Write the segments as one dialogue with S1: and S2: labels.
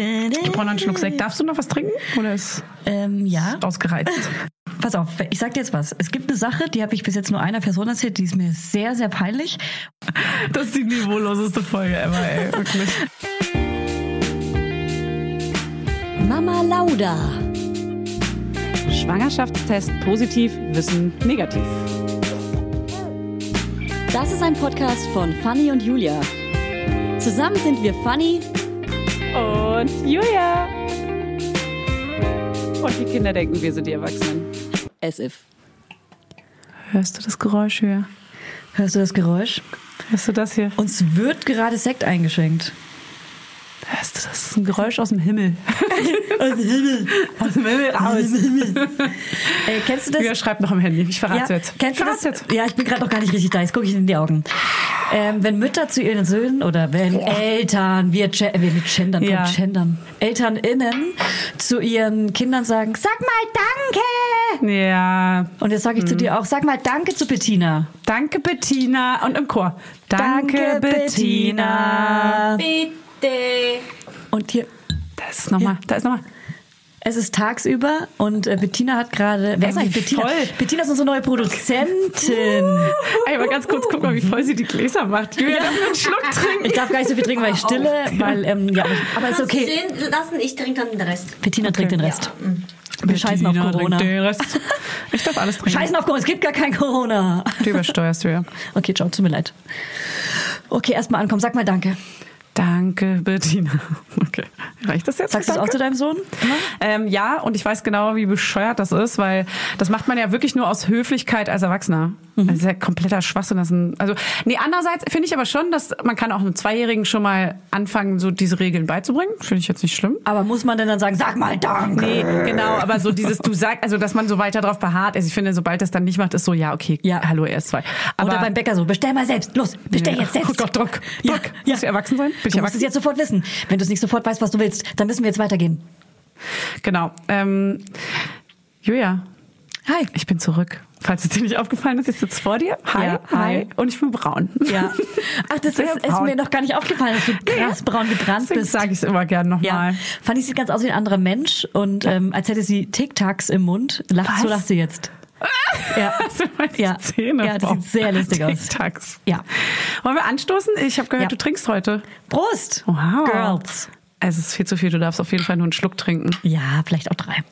S1: Ronald einen Schluck Sekt. Darfst du noch was trinken? Oder ist
S2: Ähm, ja.
S1: ausgereizt?
S2: Pass auf, ich sag dir jetzt was. Es gibt eine Sache, die habe ich bis jetzt nur einer Person erzählt, die ist mir sehr, sehr peinlich.
S1: Das ist die niveauloseste Folge ever, ey. Wirklich.
S3: Mama Lauda.
S4: Schwangerschaftstest positiv, Wissen negativ.
S3: Das ist ein Podcast von Fanny und Julia. Zusammen sind wir Fanny
S4: Und Julia. Und die Kinder denken, wir sind die Erwachsenen.
S3: as if.
S1: Hörst du das Geräusch hier?
S2: Hörst du das Geräusch?
S1: Hörst du das hier?
S2: Uns wird gerade Sekt eingeschenkt.
S1: Hörst du das? Das ist ein Geräusch aus dem Himmel.
S2: Aus dem Himmel.
S1: Aus dem Himmel raus.
S2: Äh, kennst du das?
S1: Julia schreibt noch im Handy. Ich
S2: Ja,
S1: verrate jetzt.
S2: Kennst du
S1: Verrat's
S2: das?
S1: jetzt.
S2: Ja, ich bin gerade noch gar nicht richtig da. Jetzt gucke ich in die Augen. Ähm, wenn Mütter zu ihren Söhnen oder wenn Eltern, wir, ge- äh, wir mit Gendern,
S1: Ja.
S2: von Gendern, ElternInnen zu ihren Kindern sagen, sag mal Danke!
S1: Ja.
S2: Und jetzt sage ich zu
S1: Mhm.
S2: dir auch, sag mal Danke zu Bettina.
S1: Danke, Bettina. Und im Chor. Danke, Bettina.
S2: Bitte. Und hier,
S1: Das ist nochmal. Da ist nochmal.
S2: es ist tagsüber und äh, Bettina hat gerade, wer ist
S1: Ey,
S2: eigentlich
S1: wie
S2: Bettina?
S1: voll.
S2: Bettina ist unsere neue Produzentin.
S1: Ey, mal ganz kurz, guck mal, wie voll sie die Gläser macht. Julia, darf ich einen Schluck trinken?
S2: Ich darf gar nicht so viel trinken, weil ich stille, weil, ähm, ja, aber ist okay.
S5: Stehen lassen, ich trinke dann den Rest.
S2: Bettina trägt den Rest. Wir scheißen auf
S1: Mhm. Bettina
S2: Corona.
S1: trinkt Den Rest. Ich darf alles trinken.
S2: Scheißen auf Corona, es gibt gar kein Corona.
S1: Du übersteuerst, Julia.
S2: Okay, ciao, tut mir leid. Okay, erstmal ankommen, sag mal Danke.
S1: Danke, Bettina. Okay. Reicht das jetzt?
S2: Sagst du es auch
S1: Danke?
S2: zu deinem Sohn?
S1: Ähm, ja, und ich weiß genau, wie bescheuert das ist, weil das macht man ja wirklich nur aus Höflichkeit als Erwachsener.
S2: Mhm.
S1: Das ist ja kompletter Schwachsinn. Das ist ein, also, nee, andererseits finde ich aber schon, dass man kann auch einem Zweijährigen schon mal anfangen, so diese Regeln beizubringen. Finde ich jetzt nicht schlimm.
S2: Aber muss man denn dann sagen, sag mal Danke?
S1: Nee, genau, aber so dieses, du sagst, also dass man so weiter drauf beharrt. Also ich finde, sobald das dann nicht macht, ist so, ja, okay,
S2: Ja.
S1: hallo, er ist zwei. Aber
S2: Oder beim Bäcker so, bestell mal selbst, los, bestell
S1: Ja.
S2: jetzt selbst.
S1: Oh Gott, Druck, Druck. Muss ich erwachsen sein? Bin ich
S2: du musst
S1: erwachsen?
S2: es jetzt sofort wissen. Wenn du es nicht sofort weißt, was du willst, dann müssen wir jetzt weitergehen.
S1: Genau. Ähm, Julia,
S2: Hi.
S1: ich bin zurück. Falls es dir nicht aufgefallen ist, ich sitze vor dir. Hi,
S2: Ja,
S1: hi.
S2: hi.
S1: Und ich bin braun.
S2: Ja. Ach, das ist,
S1: Sehr
S2: ist
S1: braun.
S2: mir noch gar nicht aufgefallen, dass du krass braun gebrannt
S1: Deswegen
S2: bist.
S1: sage ich es immer gern
S2: Ja,
S1: nochmal.
S2: Fanny sieht ganz aus wie ein anderer Mensch und ähm, als hätte sie Tic Tacs im Mund. Lacht,
S1: Was?
S2: so lacht sie jetzt. Ja.
S1: Das sind meine
S2: Ja.
S1: Zähne.
S2: Ja, das sieht sehr lustig aus.
S1: Tic-Tacs.
S2: Ja.
S1: Wollen wir anstoßen? Ich habe gehört,
S2: Ja.
S1: du trinkst heute.
S2: Prost!
S1: Wow. Also,
S2: Girls.
S1: Es ist viel zu viel. Du darfst auf jeden Fall nur einen Schluck trinken.
S2: Ja, vielleicht auch drei.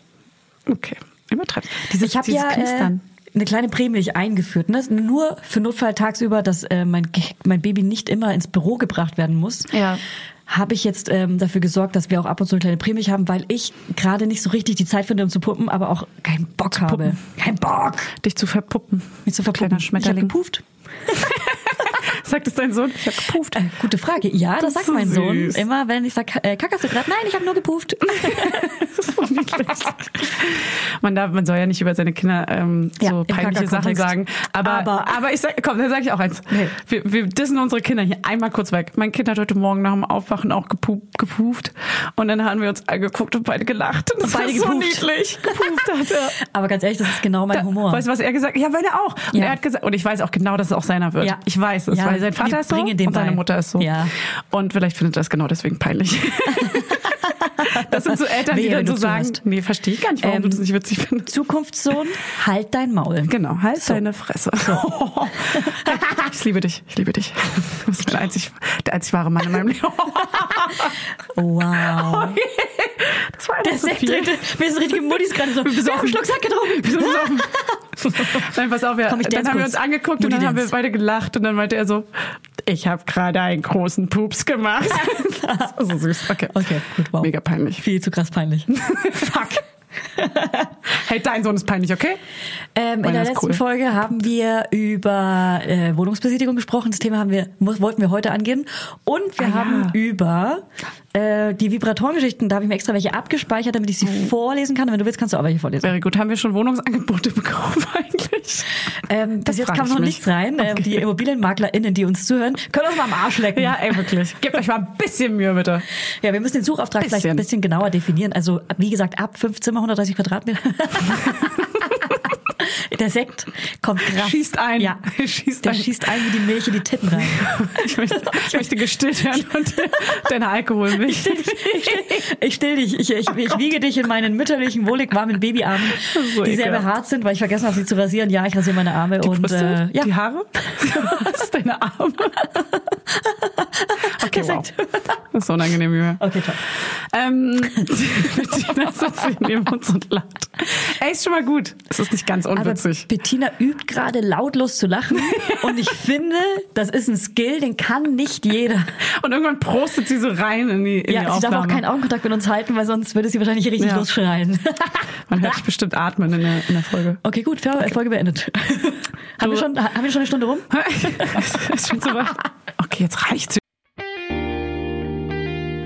S1: Okay. Übertreibst. Dieses,
S2: ich habe
S1: dieses
S2: ja äh,
S1: Knistern.
S2: eine kleine Prämilch eingeführt. Ne? Nur für Notfall tagsüber, dass äh, mein, Ge- mein Baby nicht immer ins Büro gebracht werden muss.
S1: Ja.
S2: Habe ich jetzt ähm, dafür gesorgt, dass wir auch ab und zu eine kleine Prämilch haben, weil ich gerade nicht so richtig die Zeit finde, um zu pumpen, aber auch keinen Bock habe. Kein Bock,
S1: Dich zu verpuppen.
S2: mich zu verpuppen.
S1: Kleiner Schmetterling.
S2: Ich hab gepupft.
S1: Sagt es dein Sohn? Ich habe gepufft.
S2: Äh, gute Frage. Ja, das, sagt
S1: ist so
S2: mein Sohn
S1: süß.
S2: immer, wenn ich sage, äh, kackerst du gerade? Nein, ich habe nur gepufft.
S1: Das ist so niedlich. man, darf, man soll ja nicht über seine Kinder ähm,
S2: Ja,
S1: so
S2: im
S1: peinliche Sachen
S2: Kaka-Kontext.
S1: sagen. Aber, aber,
S2: Aber-
S1: ich sag, komm, dann sage ich auch eins.
S2: Nee.
S1: Wir, wir dissen unsere Kinder hier einmal kurz weg. Mein Kind hat heute Morgen nach dem Aufwachen auch gepupt, gepuft. Und dann haben wir uns angeguckt und beide gelacht. Und das
S2: Und beide
S1: war so
S2: gepuft.
S1: niedlich. Gepuft hat er.
S2: aber ganz ehrlich, das ist genau mein
S1: Da-
S2: Humor.
S1: Weißt du, was er gesagt hat? Ja, meine auch. Und
S2: Ja.
S1: er hat gesagt, und ich weiß auch genau, dass es auch seiner wird.
S2: Ja.
S1: Ich weiß es,
S2: Ja,
S1: weil sein Vater
S2: wir
S1: ist so
S2: bringen dem
S1: und seine
S2: bei.
S1: Mutter ist so.
S2: Ja.
S1: Und vielleicht findet er es genau deswegen peinlich. das sind so Eltern, die
S2: Wehe,
S1: dann
S2: wenn
S1: so
S2: du
S1: sagen,
S2: zuhörst.
S1: nee, verstehe ich gar nicht, warum
S2: Ähm,
S1: du das nicht witzig findest.
S2: Zukunftssohn, halt dein Maul.
S1: Genau, halt deine Fresse. ich liebe dich, ich liebe dich. Du bist mein einzig, der einzig wahre Mann in meinem Leben.
S2: Wow.
S1: Das war
S2: Der
S1: einfach so
S2: Sekt
S1: viel.
S2: trinkt. Wir sind richtige Muttis gerade so. Wir haben einen Schluck Sack getrunken.
S1: Wieso besoffen? Nein, pass auf, ja.
S2: Komm, ich
S1: dann
S2: dance
S1: haben wir uns
S2: kurz.
S1: angeguckt und
S2: Mutti
S1: dann haben wir
S2: dance.
S1: beide gelacht und dann meinte er so, ich habe gerade einen großen Pups gemacht. Das war so süß. Okay.
S2: Okay, gut, wow.
S1: Mega peinlich.
S2: Viel zu krass peinlich.
S1: Fuck. hey, dein Sohn ist peinlich, okay?
S2: Ähm, in
S1: Meine
S2: der
S1: ist
S2: letzten
S1: cool.
S2: Folge haben wir über äh, Wohnungsbesichtigung gesprochen. Das Thema haben wir, mu- wollten wir heute angehen. Und wir
S1: Ah,
S2: haben
S1: ja.
S2: über äh, die Vibratorengeschichten, da habe ich mir extra welche abgespeichert, damit ich sie vorlesen kann. Und wenn du willst, kannst du auch welche vorlesen.
S1: Very gut. Haben wir schon Wohnungsangebote bekommen eigentlich?
S2: Ähm, bis
S1: das
S2: jetzt
S1: frag
S2: kam
S1: ich
S2: noch
S1: mich.
S2: nichts rein. Ähm,
S1: Okay.
S2: die ImmobilienmaklerInnen, die uns zuhören, können uns mal am Arsch lecken.
S1: Ja, ey, wirklich. Gebt euch mal ein bisschen Mühe, bitte.
S2: Ja, wir müssen den Suchauftrag
S1: Bisschen.
S2: vielleicht ein bisschen genauer definieren. Also, wie gesagt, ab fünf Zimmer, 130 Quadratmeter. Der Sekt kommt krass.
S1: Schießt ein.
S2: Ja.
S1: Schießt
S2: Der
S1: ein.
S2: schießt ein wie die Milch in die Titten rein.
S1: Ich möchte, ich möchte gestillt werden und dein Alkohol mich.
S2: Ich still dich, ich, ich, ich wiege dich in meinen mütterlichen, wohlig warmen Babyarmen,
S1: ist Oh so
S2: die sehr
S1: ekelhaft.
S2: behaart sind, weil ich vergessen habe, sie zu rasieren. Ja, ich rasiere meine Arme
S1: Die
S2: und
S1: Brüste,
S2: äh, ja,
S1: die Haare, was, deine Arme. Okay, wow. Das ist unangenehm, Julia.
S2: Okay, toll.
S1: Ähm, Bettina sitzt neben uns und lacht. Ey, ist schon mal gut. Es ist nicht ganz
S2: Aber
S1: unwitzig.
S2: Bettina übt gerade lautlos zu lachen und ich finde, das ist ein Skill, den kann nicht jeder.
S1: Und irgendwann prostet sie so rein in die, in die
S2: Ja, sie darf
S1: Aufnahme.
S2: auch keinen Augenkontakt mit uns halten, weil sonst würde sie wahrscheinlich richtig
S1: Ja.
S2: losschreien.
S1: Man hört dich bestimmt atmen in der, in der Folge.
S2: Okay, gut, Fer- Folge beendet. haben, wir schon, haben wir schon eine Stunde rum?
S1: ist schon so weit. Okay, jetzt reicht's.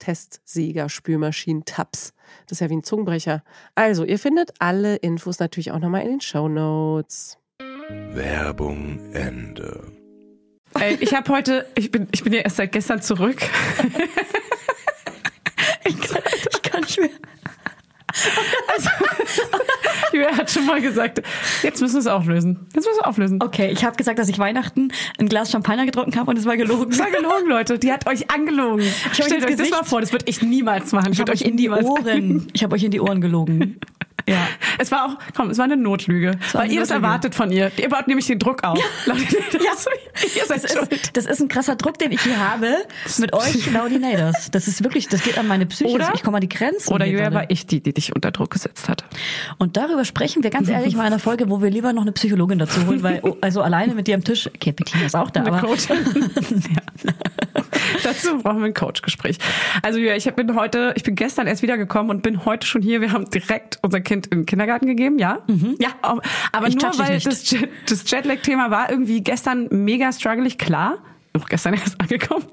S6: Testsieger, Spülmaschinen, Tabs. Das ist ja wie ein Zungenbrecher. Also, ihr findet alle Infos natürlich auch nochmal in den Show Notes.
S7: Werbung Ende.
S1: Ey, ich habe heute, ich bin, ich bin ja erst seit gestern zurück.
S2: Ich kann nicht mehr.
S1: Julia hat schon mal gesagt, jetzt müssen wir es auflösen. Jetzt müssen wir es auflösen.
S2: Okay, ich habe gesagt, dass ich Weihnachten ein Glas Champagner getrunken habe und es war gelogen.
S1: Das war gelogen, Leute. Die hat euch angelogen.
S2: euch
S1: Stellt
S2: ins
S1: euch das
S2: Gesicht-
S1: mal vor, das würde ich niemals machen. Ich
S2: Ich
S1: würde
S2: habe euch in die
S1: niemals-
S2: Ohren. Ich habe euch in die Ohren gelogen. Ja.
S1: Es war auch, komm, es war eine Notlüge.
S2: war
S1: weil
S2: eine
S1: ihr das
S2: Notlüge.
S1: erwartet von ihr. Ihr baut nämlich den Druck auf. Leute, das, ihr seid
S2: Das
S1: schuld.
S2: ist, das ist ein krasser Druck, den ich hier habe mit euch Laudinators. Das ist wirklich, das geht an meine Psyche.
S1: Oder-
S2: ich komme an die Grenzen.
S1: Oder
S2: hier
S1: Julia
S2: gerade.
S1: war ich die, die dich unter Druck gesetzt hat.
S2: Und darüber sprechen wir ganz ehrlich mal in einer Folge, wo wir lieber noch eine Psychologin dazu holen, weil oh, also alleine mit dir am Tisch, okay, Bettina ist auch da,
S1: Eine
S2: aber
S1: Coach. Dazu brauchen wir ein Coach-Gespräch. Also Julia, ich hab- bin heute, ich bin gestern erst wiedergekommen und bin heute schon hier. Wir haben direkt unser Kind in den Kindergarten gegeben, ja? Ja. Aber
S2: Mhm. Ich
S1: nur
S2: touch dich
S1: weil
S2: nicht.
S1: das, Jet, das Jetlag-Thema war irgendwie gestern mega struggelig, klar. Auch gestern erst angekommen.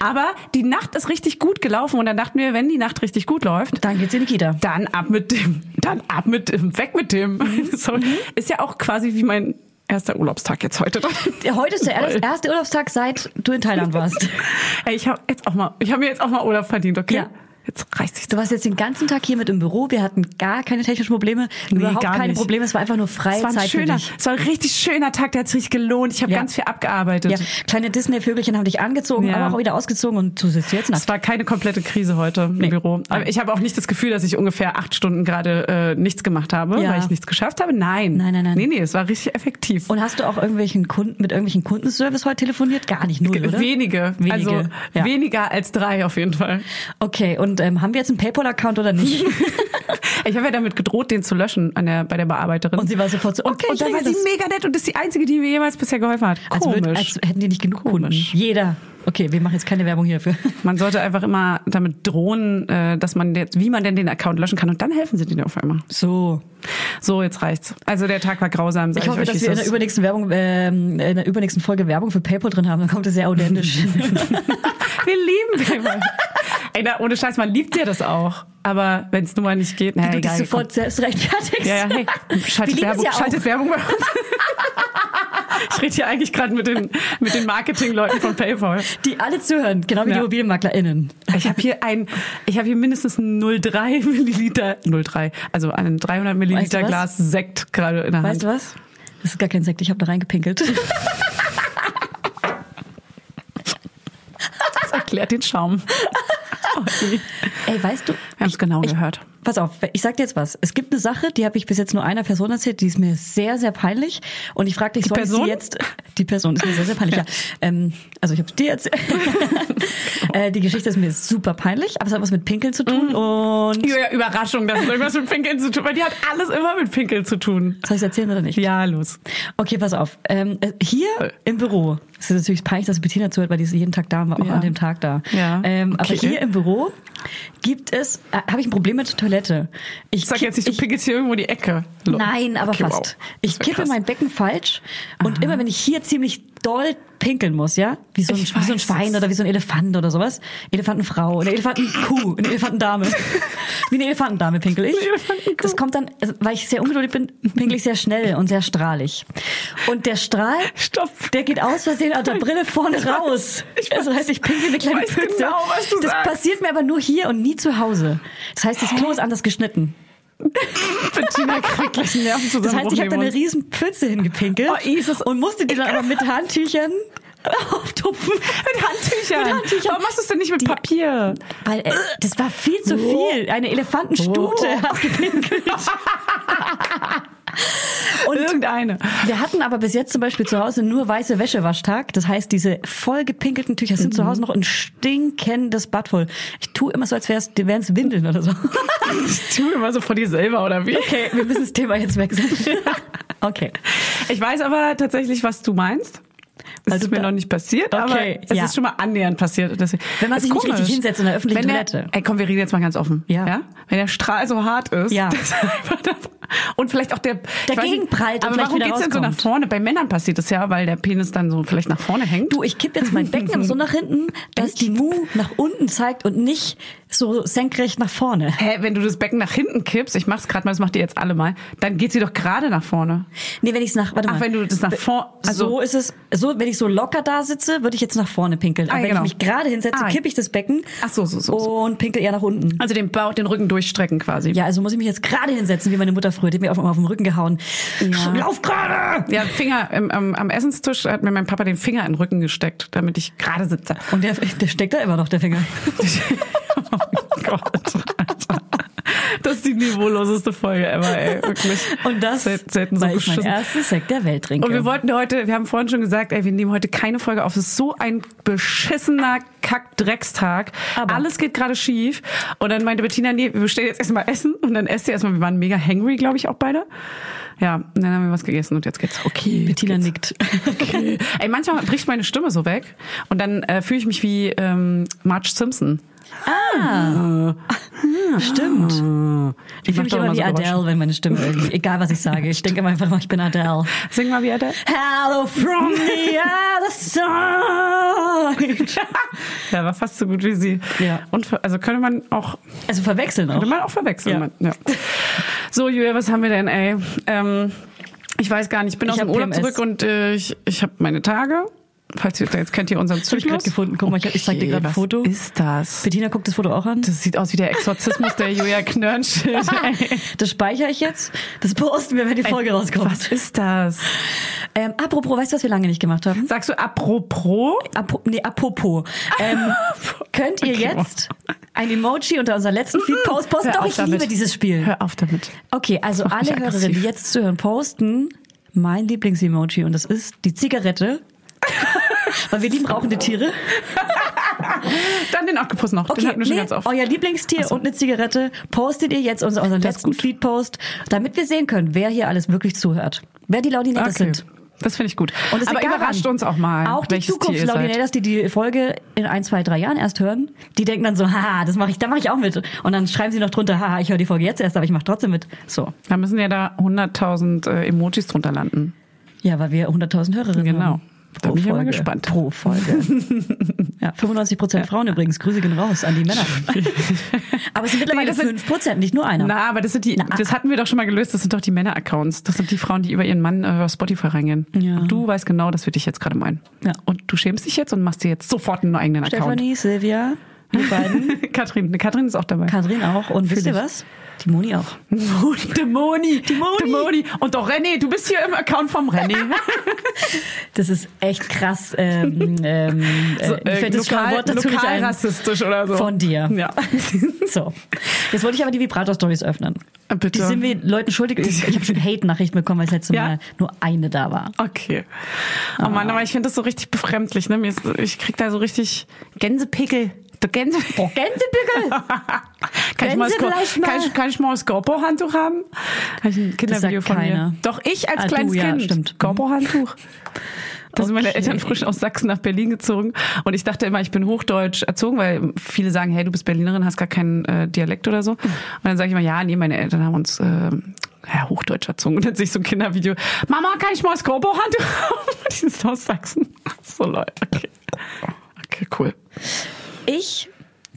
S1: Aber die Nacht ist richtig gut gelaufen und dann dachten wir, wenn die Nacht richtig gut läuft,
S2: dann geht's in die Kita.
S1: dann ab mit dem, dann ab mit dem, weg mit dem.
S2: Mhm.
S1: So, Ist ja auch quasi wie mein erster Urlaubstag jetzt heute.
S2: Heute ist der
S1: Voll.
S2: erste- erste Urlaubstag, seit du in Thailand warst.
S1: Ey, ich habe jetzt auch mal, ich habe mir jetzt auch mal Urlaub verdient, okay?
S2: Ja.
S1: Jetzt reißt sich
S2: Du warst jetzt den ganzen Tag hier mit im Büro. Wir hatten gar keine technischen Probleme. überhaupt
S1: gar
S2: keine
S1: nicht.
S2: Probleme. Es war einfach nur freie
S1: Es war ein
S2: Zeit für
S1: schöner,
S2: dich.
S1: es war ein richtig schöner Tag, der hat sich gelohnt. Ich habe
S2: Ja.
S1: ganz viel abgearbeitet.
S2: Ja, kleine Disney-Vögelchen haben dich angezogen,
S1: Ja.
S2: aber auch wieder ausgezogen und du sitzt jetzt nach.
S1: Es war keine komplette Krise heute im Büro. Aber ich habe auch nicht das Gefühl, dass ich ungefähr acht Stunden gerade äh, nichts gemacht habe,
S2: Ja.
S1: weil ich nichts geschafft habe. Nein.
S2: Nein, nein, nein.
S1: Nee, nee, es war richtig effektiv.
S2: Und hast du auch irgendwelchen Kunden mit irgendwelchen Kundenservice heute telefoniert? Gar nicht null, oder?
S1: Wenige,
S2: Wenige,
S1: also
S2: ja.
S1: weniger als drei auf jeden Fall.
S2: Okay, und ähm, haben wir jetzt einen PayPal-Account oder nicht?
S1: Ich habe ja damit gedroht, den zu löschen an der, bei der Bearbeiterin.
S2: Und sie war sofort so, okay,
S1: und,
S2: ich
S1: und dann war
S2: regel
S1: sie
S2: das.
S1: mega nett und ist die einzige, die mir jemals bisher geholfen hat.
S2: als,
S1: Komisch.
S2: würden, als hätten die nicht genug
S1: Komisch.
S2: Kunden. Jeder. Okay, wir machen jetzt keine Werbung hierfür.
S1: Man sollte einfach immer damit drohen, äh, dass man jetzt, wie man denn den Account löschen kann und dann helfen sie dir auf einmal.
S2: So.
S1: So, jetzt reicht's. Also der Tag war grausam. Sag
S2: Ich hoffe,
S1: euch,
S2: dass wir
S1: wie
S2: in
S1: es
S2: der
S1: ist.
S2: übernächsten Werbung, ähm, in der übernächsten Folge Werbung für PayPal drin haben. Dann kommt es sehr authentisch.
S1: Wir lieben Paypal. Ey, na, ohne Scheiß, man liebt ja das auch. Aber wenn es nun mal nicht geht, naja,
S2: du dich
S1: egal.
S2: sofort selbst rechtfertigst.
S1: komm. Ja, ja, hey,
S2: Wir
S1: schaltet
S2: lieben
S1: Werbung,
S2: es ja auch.
S1: schaltet Werbung bei uns. Ich rede hier eigentlich gerade mit den, mit den Marketingleuten von PayPal.
S2: Die alle zuhören, genau wie
S1: Ja.
S2: die MobilienmaklerInnen.
S1: Ich habe hier ein, ich habe hier mindestens ein 0,3 Milliliter, 0,3, also ein 300 Milliliter
S2: was?
S1: Glas Sekt gerade in der Hand.
S2: Weißt du was? Das ist gar kein Sekt, ich habe da reingepinkelt.
S1: Das erklärt den Schaum. Okay.
S2: Ey, weißt du,
S1: Wir haben es genau gehört.
S2: pass auf, ich sag dir jetzt was. Es gibt eine Sache, die habe ich bis jetzt nur einer Person erzählt, die ist mir sehr, sehr peinlich. Und ich frage dich, soll ich
S1: Person?
S2: sie jetzt... Die Person ist mir sehr, sehr peinlich, ja. Ähm, also ich habe es dir erzählt. äh, die Geschichte ist mir super peinlich, aber es hat was mit Pinkeln zu tun. Und
S1: Mhm. Ja, Überraschung, das hat irgendwas mit Pinkeln zu tun, weil die hat alles immer mit Pinkeln zu tun.
S2: soll ich erzählen oder nicht?
S1: Ja, los.
S2: Okay, pass auf. Ähm, äh, hier im Büro, es ist natürlich peinlich, dass Bettina zuhört, weil die ist jeden Tag da und war auch
S1: Ja.
S2: an dem Tag da.
S1: Ja,
S2: Ähm,
S1: okay.
S2: Aber hier im Büro gibt es, äh, habe ich ein Problem mit der Toilette. Ich
S1: Sag
S2: kipp-
S1: jetzt nicht, du
S2: ich-
S1: pinkelst hier irgendwo in die Ecke. Lo-
S2: Nein, aber
S1: Okay,
S2: fast.
S1: wow.
S2: Ich
S1: Das wär
S2: kippe
S1: krass.
S2: mein Becken falsch und immer wenn ich hier ziemlich doll pinkeln muss, ja, wie so ein,
S1: Ich
S2: wie so ein
S1: weiß
S2: Schwein
S1: es.
S2: oder wie so ein Elefant oder sowas, Elefantenfrau oder Elefantenkuh, eine Elefantendame, wie eine Elefantendame pinkel ich. Das kommt dann, also, weil ich sehr ungeduldig bin, pinkel ich sehr schnell und sehr strahlig. Und der Strahl,
S1: Stopp.
S2: der geht aus Versehen aus der Brille vorne raus. Also heißt, ich pinkel eine kleine
S1: weiß
S2: Pfütze.
S1: genau, was du
S2: das
S1: sagst.
S2: passiert mir aber nur hier und nie zu Hause. Das heißt, das Klo ist anders geschnitten.
S1: Bettina kriegt gleich einen
S2: Das
S1: Nervenzusammenbruch.
S2: heißt, ich habe da eine
S1: neben uns.
S2: riesen Pfütze hingepinkelt
S1: Oh, Jesus.
S2: und musste die dann aber mit Handtüchern auftupfen.
S1: mit Handtüchern.
S2: Mit Handtüchern.
S1: Warum machst du es denn nicht mit
S2: Die-
S1: Papier?
S2: Weil äh, das war viel zu viel. Eine Elefantenstute hat gepinkelt. Und
S1: Irgendeine.
S2: wir hatten aber bis jetzt zum Beispiel zu Hause nur weiße Wäschewaschtag. Das heißt, diese voll gepinkelten Tücher sind
S1: Mhm.
S2: zu Hause noch ein stinkendes Bad voll. Ich tue immer so, als wär's, wären es Windeln oder so.
S1: Tu immer so vor dir selber, oder wie?
S2: Okay, wir müssen das Thema jetzt wechseln. Okay.
S1: Ich weiß aber tatsächlich, was du meinst. Es
S2: Also
S1: ist mir
S2: da-
S1: noch nicht passiert,
S2: Okay,
S1: aber es
S2: ja.
S1: ist schon mal annähernd passiert. Deswegen-
S2: Wenn man
S1: ist
S2: sich nicht richtig hinsetzt in der öffentlichen
S1: Wenn der,
S2: Toilette.
S1: Ey, komm, wir reden jetzt mal ganz offen.
S2: Ja.
S1: Wenn der Strahl so hart ist.
S2: Ja.
S1: dass einfach das- und vielleicht auch der... ich weiß nicht,
S2: Gegenprallt und
S1: Aber
S2: vielleicht
S1: warum
S2: wieder
S1: geht's denn so nach
S2: rauskommt.
S1: vorne? Bei Männern passiert das ja, weil der Penis dann so vielleicht nach vorne hängt.
S2: Du, ich kipp jetzt mein Becken aber so nach hinten, dass die Mu nach unten zeigt und nicht so senkrecht nach vorne.
S1: Hä, wenn du das Becken nach hinten kippst, ich mach's gerade mal, das macht ihr jetzt alle mal, dann geht sie doch gerade nach vorne.
S2: Nee, wenn ich es nach, warte mal. Also
S1: Ach, wenn du das nach vorne...
S2: so ist es, so, wenn ich so locker da sitze, würde ich jetzt nach vorne pinkeln. Aber
S1: Ah, ja,
S2: wenn
S1: genau.
S2: ich mich gerade hinsetze,
S1: Ah, ja.
S2: kipp ich das Becken.
S1: Ach so, so, so, so.
S2: Und pinkel eher nach unten.
S1: also den Bauch, den Rücken durchstrecken quasi.
S2: Ja, also muss ich mich jetzt gerade hinsetzen, wie meine Mutter früher, die hat mir auf, auf den Rücken gehauen. Lauf gerade!
S1: Ja, Finger im, am- am Essenstisch hat mir mein Papa den Finger in den Rücken gesteckt, damit ich gerade sitze.
S2: Und der, der steckt da immer noch, der Finger.
S1: oh Gott. Das ist die niveauloseste Folge ever, ey, wirklich.
S2: Und das,
S1: Sel- selten so
S2: weil ich mein
S1: beschissen.
S2: erstes Sekt der Welt trinke.
S1: Und wir wollten heute, wir haben vorhin schon gesagt, ey, wir nehmen heute keine Folge auf. Es ist so ein beschissener Kack-Dreckstag.
S2: Aber-
S1: Alles geht gerade schief. Und dann meinte Bettina, nee, wir bestellen jetzt erstmal Essen und dann esst ihr erstmal. Wir waren mega hangry, glaube ich, auch beide. Ja, und dann haben wir was gegessen und jetzt geht's okay. jetzt
S2: Bettina nickt.
S1: geht's. Okay. Ey, manchmal bricht meine Stimme so weg und dann äh, fühle ich mich wie ähm, Marge Simpson.
S2: Stimmt.
S1: Die
S2: Ich fühle mich immer wie
S1: Geräusche.
S2: Adele, wenn meine Stimme irgendwie, egal was ich sage, ich denke immer einfach mal, ich bin Adele.
S1: Sing mal wie Adele.
S2: Hello from the other side.
S1: Ja, war fast so gut wie sie.
S2: Ja.
S1: Und ver- also könnte man auch
S2: Also verwechseln auch.
S1: Könnte man auch verwechseln.
S2: Ja.
S1: Man, ja. So, Julia, was haben wir denn, ey? Ähm, ich weiß gar nicht, ich bin
S2: Ich
S1: aus dem
S2: hab
S1: Urlaub
S2: PMS.
S1: zurück und äh, ich, ich habe meine Tage. Falls ihr, jetzt kennt ihr unseren
S2: Hab ich gerade
S1: Zyklus.
S2: gefunden. Guck mal, ich, ich zeig dir
S1: Okay,
S2: gerade ein
S1: was
S2: Foto.
S1: ist das?
S2: Bettina guckt das Foto auch an.
S1: Das sieht aus wie der Exorzismus der Julia Knörnschild.
S2: Das speichere ich jetzt. Das posten wir, wenn die Folge rauskommt.
S1: Was ist das?
S2: Ähm, apropos, weißt du, was wir lange nicht gemacht haben?
S1: Sagst du apropos?
S2: Apo, nee, apropos. Ähm, könnt ihr
S1: Okay.
S2: jetzt ein Emoji unter unserem letzten Feed-Post posten?
S1: Hör
S2: Doch,
S1: auf
S2: ich
S1: damit.
S2: liebe dieses Spiel.
S1: Hör auf damit.
S2: Okay, also
S1: Das macht
S2: alle
S1: mich
S2: Hörerinnen, die
S1: aggressiv.
S2: jetzt zuhören, posten mein Lieblings-Emoji und das ist die Zigarette. Weil wir lieben rauchende Tiere.
S1: Dann den Oktopus noch. den hatten wir schon ganz oft.
S2: euer Lieblingstier und eine Zigarette postet ihr jetzt unter unseren
S1: Das ist
S2: letzten
S1: gut.
S2: Feed-Post, damit wir sehen können, wer hier alles wirklich zuhört. Wer die Laudinators
S1: Okay.
S2: sind.
S1: Das finde ich gut.
S2: Und es
S1: Aber
S2: egal
S1: überrascht
S2: wann.
S1: uns auch mal.
S2: Auch die
S1: welches Tier ihr seid.
S2: Zukunftslaudinators, die die Folge in ein, zwei, drei Jahren erst hören, die denken dann so, haha, das mache ich, da mache ich auch mit. Und dann schreiben sie noch drunter, haha, ich höre die Folge jetzt erst, aber ich mache trotzdem mit. So.
S1: Da müssen ja da 100.000 äh, Emojis drunter landen.
S2: Ja, weil wir 100.000 Hörerinnen
S1: Genau.
S2: haben.
S1: Da bin ich ja mal
S2: Folge.
S1: gespannt.
S2: Pro Folge. ja, 95 Prozent Frauen übrigens. Grüße gehen raus an die Männer. aber es sind
S1: Nee,
S2: mittlerweile
S1: das sind-
S2: fünf Prozent, nicht nur einer.
S1: Na, aber das sind die,
S2: Na. ah.
S1: das hatten wir doch schon mal gelöst. Das sind doch die Männer-Accounts. Das sind die Frauen, die über ihren Mann äh, auf Spotify reingehen.
S2: Ja.
S1: Und du weißt genau, dass wir dich jetzt gerade meinen.
S2: Ja.
S1: Und du schämst dich jetzt und machst dir jetzt sofort einen eigenen
S2: Stefanie, Silvia, wir beiden,
S1: Account. Katrin, ne, Katrin ist auch dabei.
S2: Kathrin auch und wisst ihr
S1: dich.
S2: was? Die Moni auch.
S1: Demoni, Demoni. Und doch René, du bist hier im Account vom René.
S2: Äh, Das ist echt krass. Ähm, ähm,
S1: So,
S2: äh, mir fällt das
S1: lokal-
S2: lokal, Wort dazu nicht
S1: lokal
S2: ein.
S1: rassistisch oder so.
S2: Von dir.
S1: Ja.
S2: So, jetzt wollte ich aber die Vibrator-Stories öffnen.
S1: Bitte.
S2: Die sind wir Leuten schuldig. Ich, ich habe schon Hate-Nachrichten bekommen, weil das letzte
S1: Ja?
S2: Mal nur eine da war.
S1: Okay. Oh Mann, aber ich finde das so richtig befremdlich. Ne? Mir ist, ich krieg da so richtig Gänsepickel. Der Gänsepickel.
S2: Gänsepickel!
S1: kann, ich mal das
S2: Gänsefleisch
S1: Ko-
S2: mal.
S1: kann, ich, kann ich mal das Gorpo-Handtuch haben? Habe ich ein Kindervideo
S2: sagt
S1: von
S2: keiner.
S1: mir. Doch ich als
S2: Ah, du,
S1: kleines
S2: ja,
S1: Kind.
S2: stimmt.
S1: Gorpo-Handtuch. Da sind meine
S2: Okay.
S1: Eltern frisch aus Sachsen nach Berlin gezogen. Und ich dachte immer, ich bin hochdeutsch erzogen, weil viele sagen, hey, du bist Berlinerin, hast gar keinen äh, Dialekt oder
S2: Hm.
S1: so. Und dann sage ich immer, ja, nee, meine Eltern haben uns äh, ja, hochdeutsch erzogen. Und dann sehe ich so ein Kindervideo. Mama, kann ich mal das Gorpo-Handtuch haben? Die sind aus Sachsen. So, Leute, okay. Okay, cool.
S2: Ich,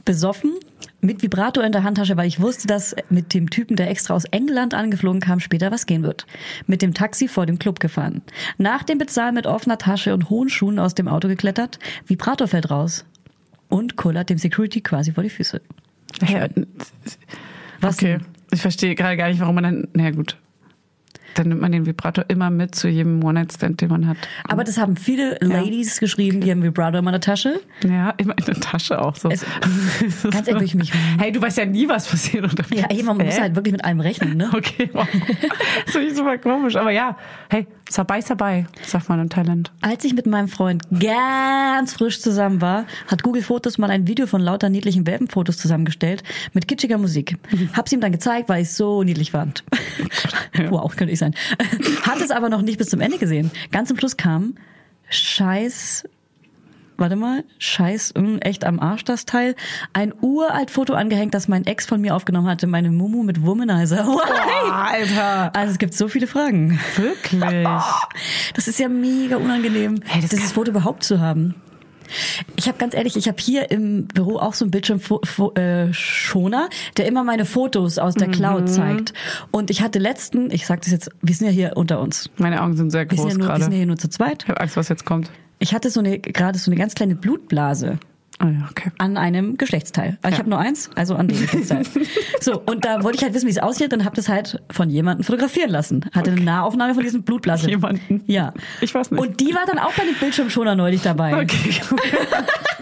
S2: besoffen, mit Vibrator in der Handtasche, weil ich wusste, dass mit dem Typen, der extra aus England angeflogen kam, später was gehen wird. Mit dem Taxi vor dem Club gefahren. Nach dem Bezahlen mit offener Tasche und hohen Schuhen aus dem Auto geklettert, Vibrator fällt raus und kullert dem Security quasi vor die Füße.
S1: Ja,
S2: Was
S1: Okay,
S2: denn?
S1: ich verstehe gerade gar nicht, warum man dann. Na ja, gut. Dann nimmt man den Vibrator immer mit zu jedem One-Night-Stand, den man hat.
S2: Aber das haben viele Ladies geschrieben, die haben Vibrator in meiner Tasche.
S1: Ja, immer in der Tasche auch so.
S2: Es- Ganz ehrlich, mich-
S1: Hey, du weißt ja nie, was passiert. Oder
S2: Ja, ey, man muss
S1: Äh?
S2: halt wirklich mit allem rechnen, ne?
S1: Okay, wow. das finde ich super komisch. Aber ja, hey, Sabai Sabai, sagt man in Thailand.
S2: Als ich mit meinem Freund ganz frisch zusammen war, hat Google Fotos mal ein Video von lauter niedlichen Welpenfotos zusammengestellt mit kitschiger Musik. Hab's ihm dann gezeigt, weil ich so niedlich fand. wow, könnte ich sein. Hat es aber noch nicht bis zum Ende gesehen. Ganz zum Schluss kam Scheiß. Warte mal, scheiß, mh, echt am Arsch das Teil. Ein uralt Foto angehängt, das mein Ex von mir aufgenommen hatte, meine Mumu mit Womanizer.
S1: Alter,
S2: Also es gibt so viele Fragen.
S1: wirklich.
S2: Das ist ja mega unangenehm,
S1: Hey, das
S2: dieses
S1: kann-
S2: Foto überhaupt zu haben. Ich habe ganz ehrlich, ich habe hier im Büro auch so einen Bildschirmschoner, äh, Schoner, der immer meine Fotos aus der
S1: Mhm.
S2: Cloud zeigt. Und ich hatte letzten, ich sage das jetzt, wir sind ja hier unter uns.
S1: Meine Augen sind sehr
S2: Wir sind,
S1: groß
S2: ja nur, wir
S1: gerade.
S2: sind ja
S1: Ich
S2: hier nur zu zweit.
S1: habe Angst, was jetzt kommt.
S2: Ich hatte so eine gerade so eine ganz kleine Blutblase
S1: Ah ja, okay.
S2: an einem Geschlechtsteil. Also Ich
S1: Ja.
S2: habe nur eins, also an dem Geschlechtsteil. so, und da wollte ich halt wissen, wie es aussieht und habe das halt von jemandem fotografieren lassen. Hatte eine Nahaufnahme von diesem Blutblasen.
S1: Jemanden?
S2: Ja.
S1: Ich weiß nicht.
S2: Und die war dann auch bei dem Bildschirmschoner neulich dabei.
S1: Okay,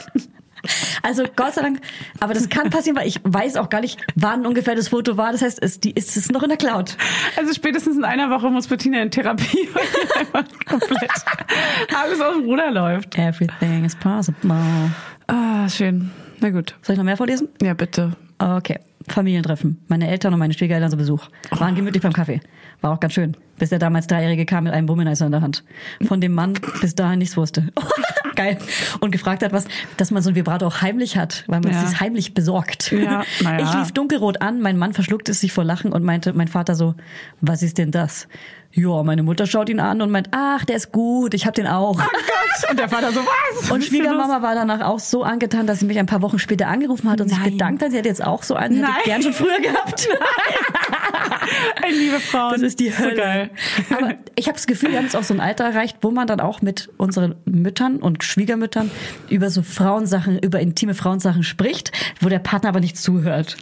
S2: Also Gott sei Dank, aber das kann passieren, weil ich weiß auch gar nicht, wann ungefähr das Foto war. Das heißt, es, die, ist es noch in der Cloud.
S1: Also spätestens in einer Woche muss Bettina in Therapie, weil hier einfach komplett alles aus dem Ruder läuft.
S2: Everything is possible.
S1: Ah, schön. Na gut.
S2: Soll ich noch mehr vorlesen?
S1: Ja, bitte.
S2: Ah, Okay. Familientreffen. Meine Eltern und meine Schwiegereltern zu Besuch. Waren gemütlich beim Kaffee. War auch ganz schön. Bis der damals Dreijährige kam mit einem Womanizer in der Hand. Von dem Mann bis dahin nichts wusste. Geil. Und gefragt hat, was, dass man so ein Vibrator auch heimlich hat, weil man
S1: Ja.
S2: es sich heimlich besorgt.
S1: Ja, na ja.
S2: Ich lief dunkelrot an, mein Mann verschluckte es sich vor Lachen und meinte, mein Vater so, was ist denn das? Ja, meine Mutter schaut ihn an und meint, ach, der ist gut, ich hab den auch.
S1: Gott. Und der Vater so, was?
S2: Und
S1: Was ist hier los?
S2: Schwiegermama war danach auch so angetan, dass sie mich ein paar Wochen später angerufen hat und sich
S1: Nein.
S2: bedankt hat. Sie hat jetzt auch so einen, hätte
S1: Nein.
S2: ich gern schon früher gehabt.
S1: Ey, liebe Frauen.
S2: Oh, Das ist die Hölle.
S1: So geil.
S2: Aber ich habe das Gefühl, wir haben es auch so ein Alter erreicht, wo man dann auch mit unseren Müttern und Schwiegermüttern über so Frauensachen, über intime Frauensachen spricht, wo der Partner aber nicht zuhört.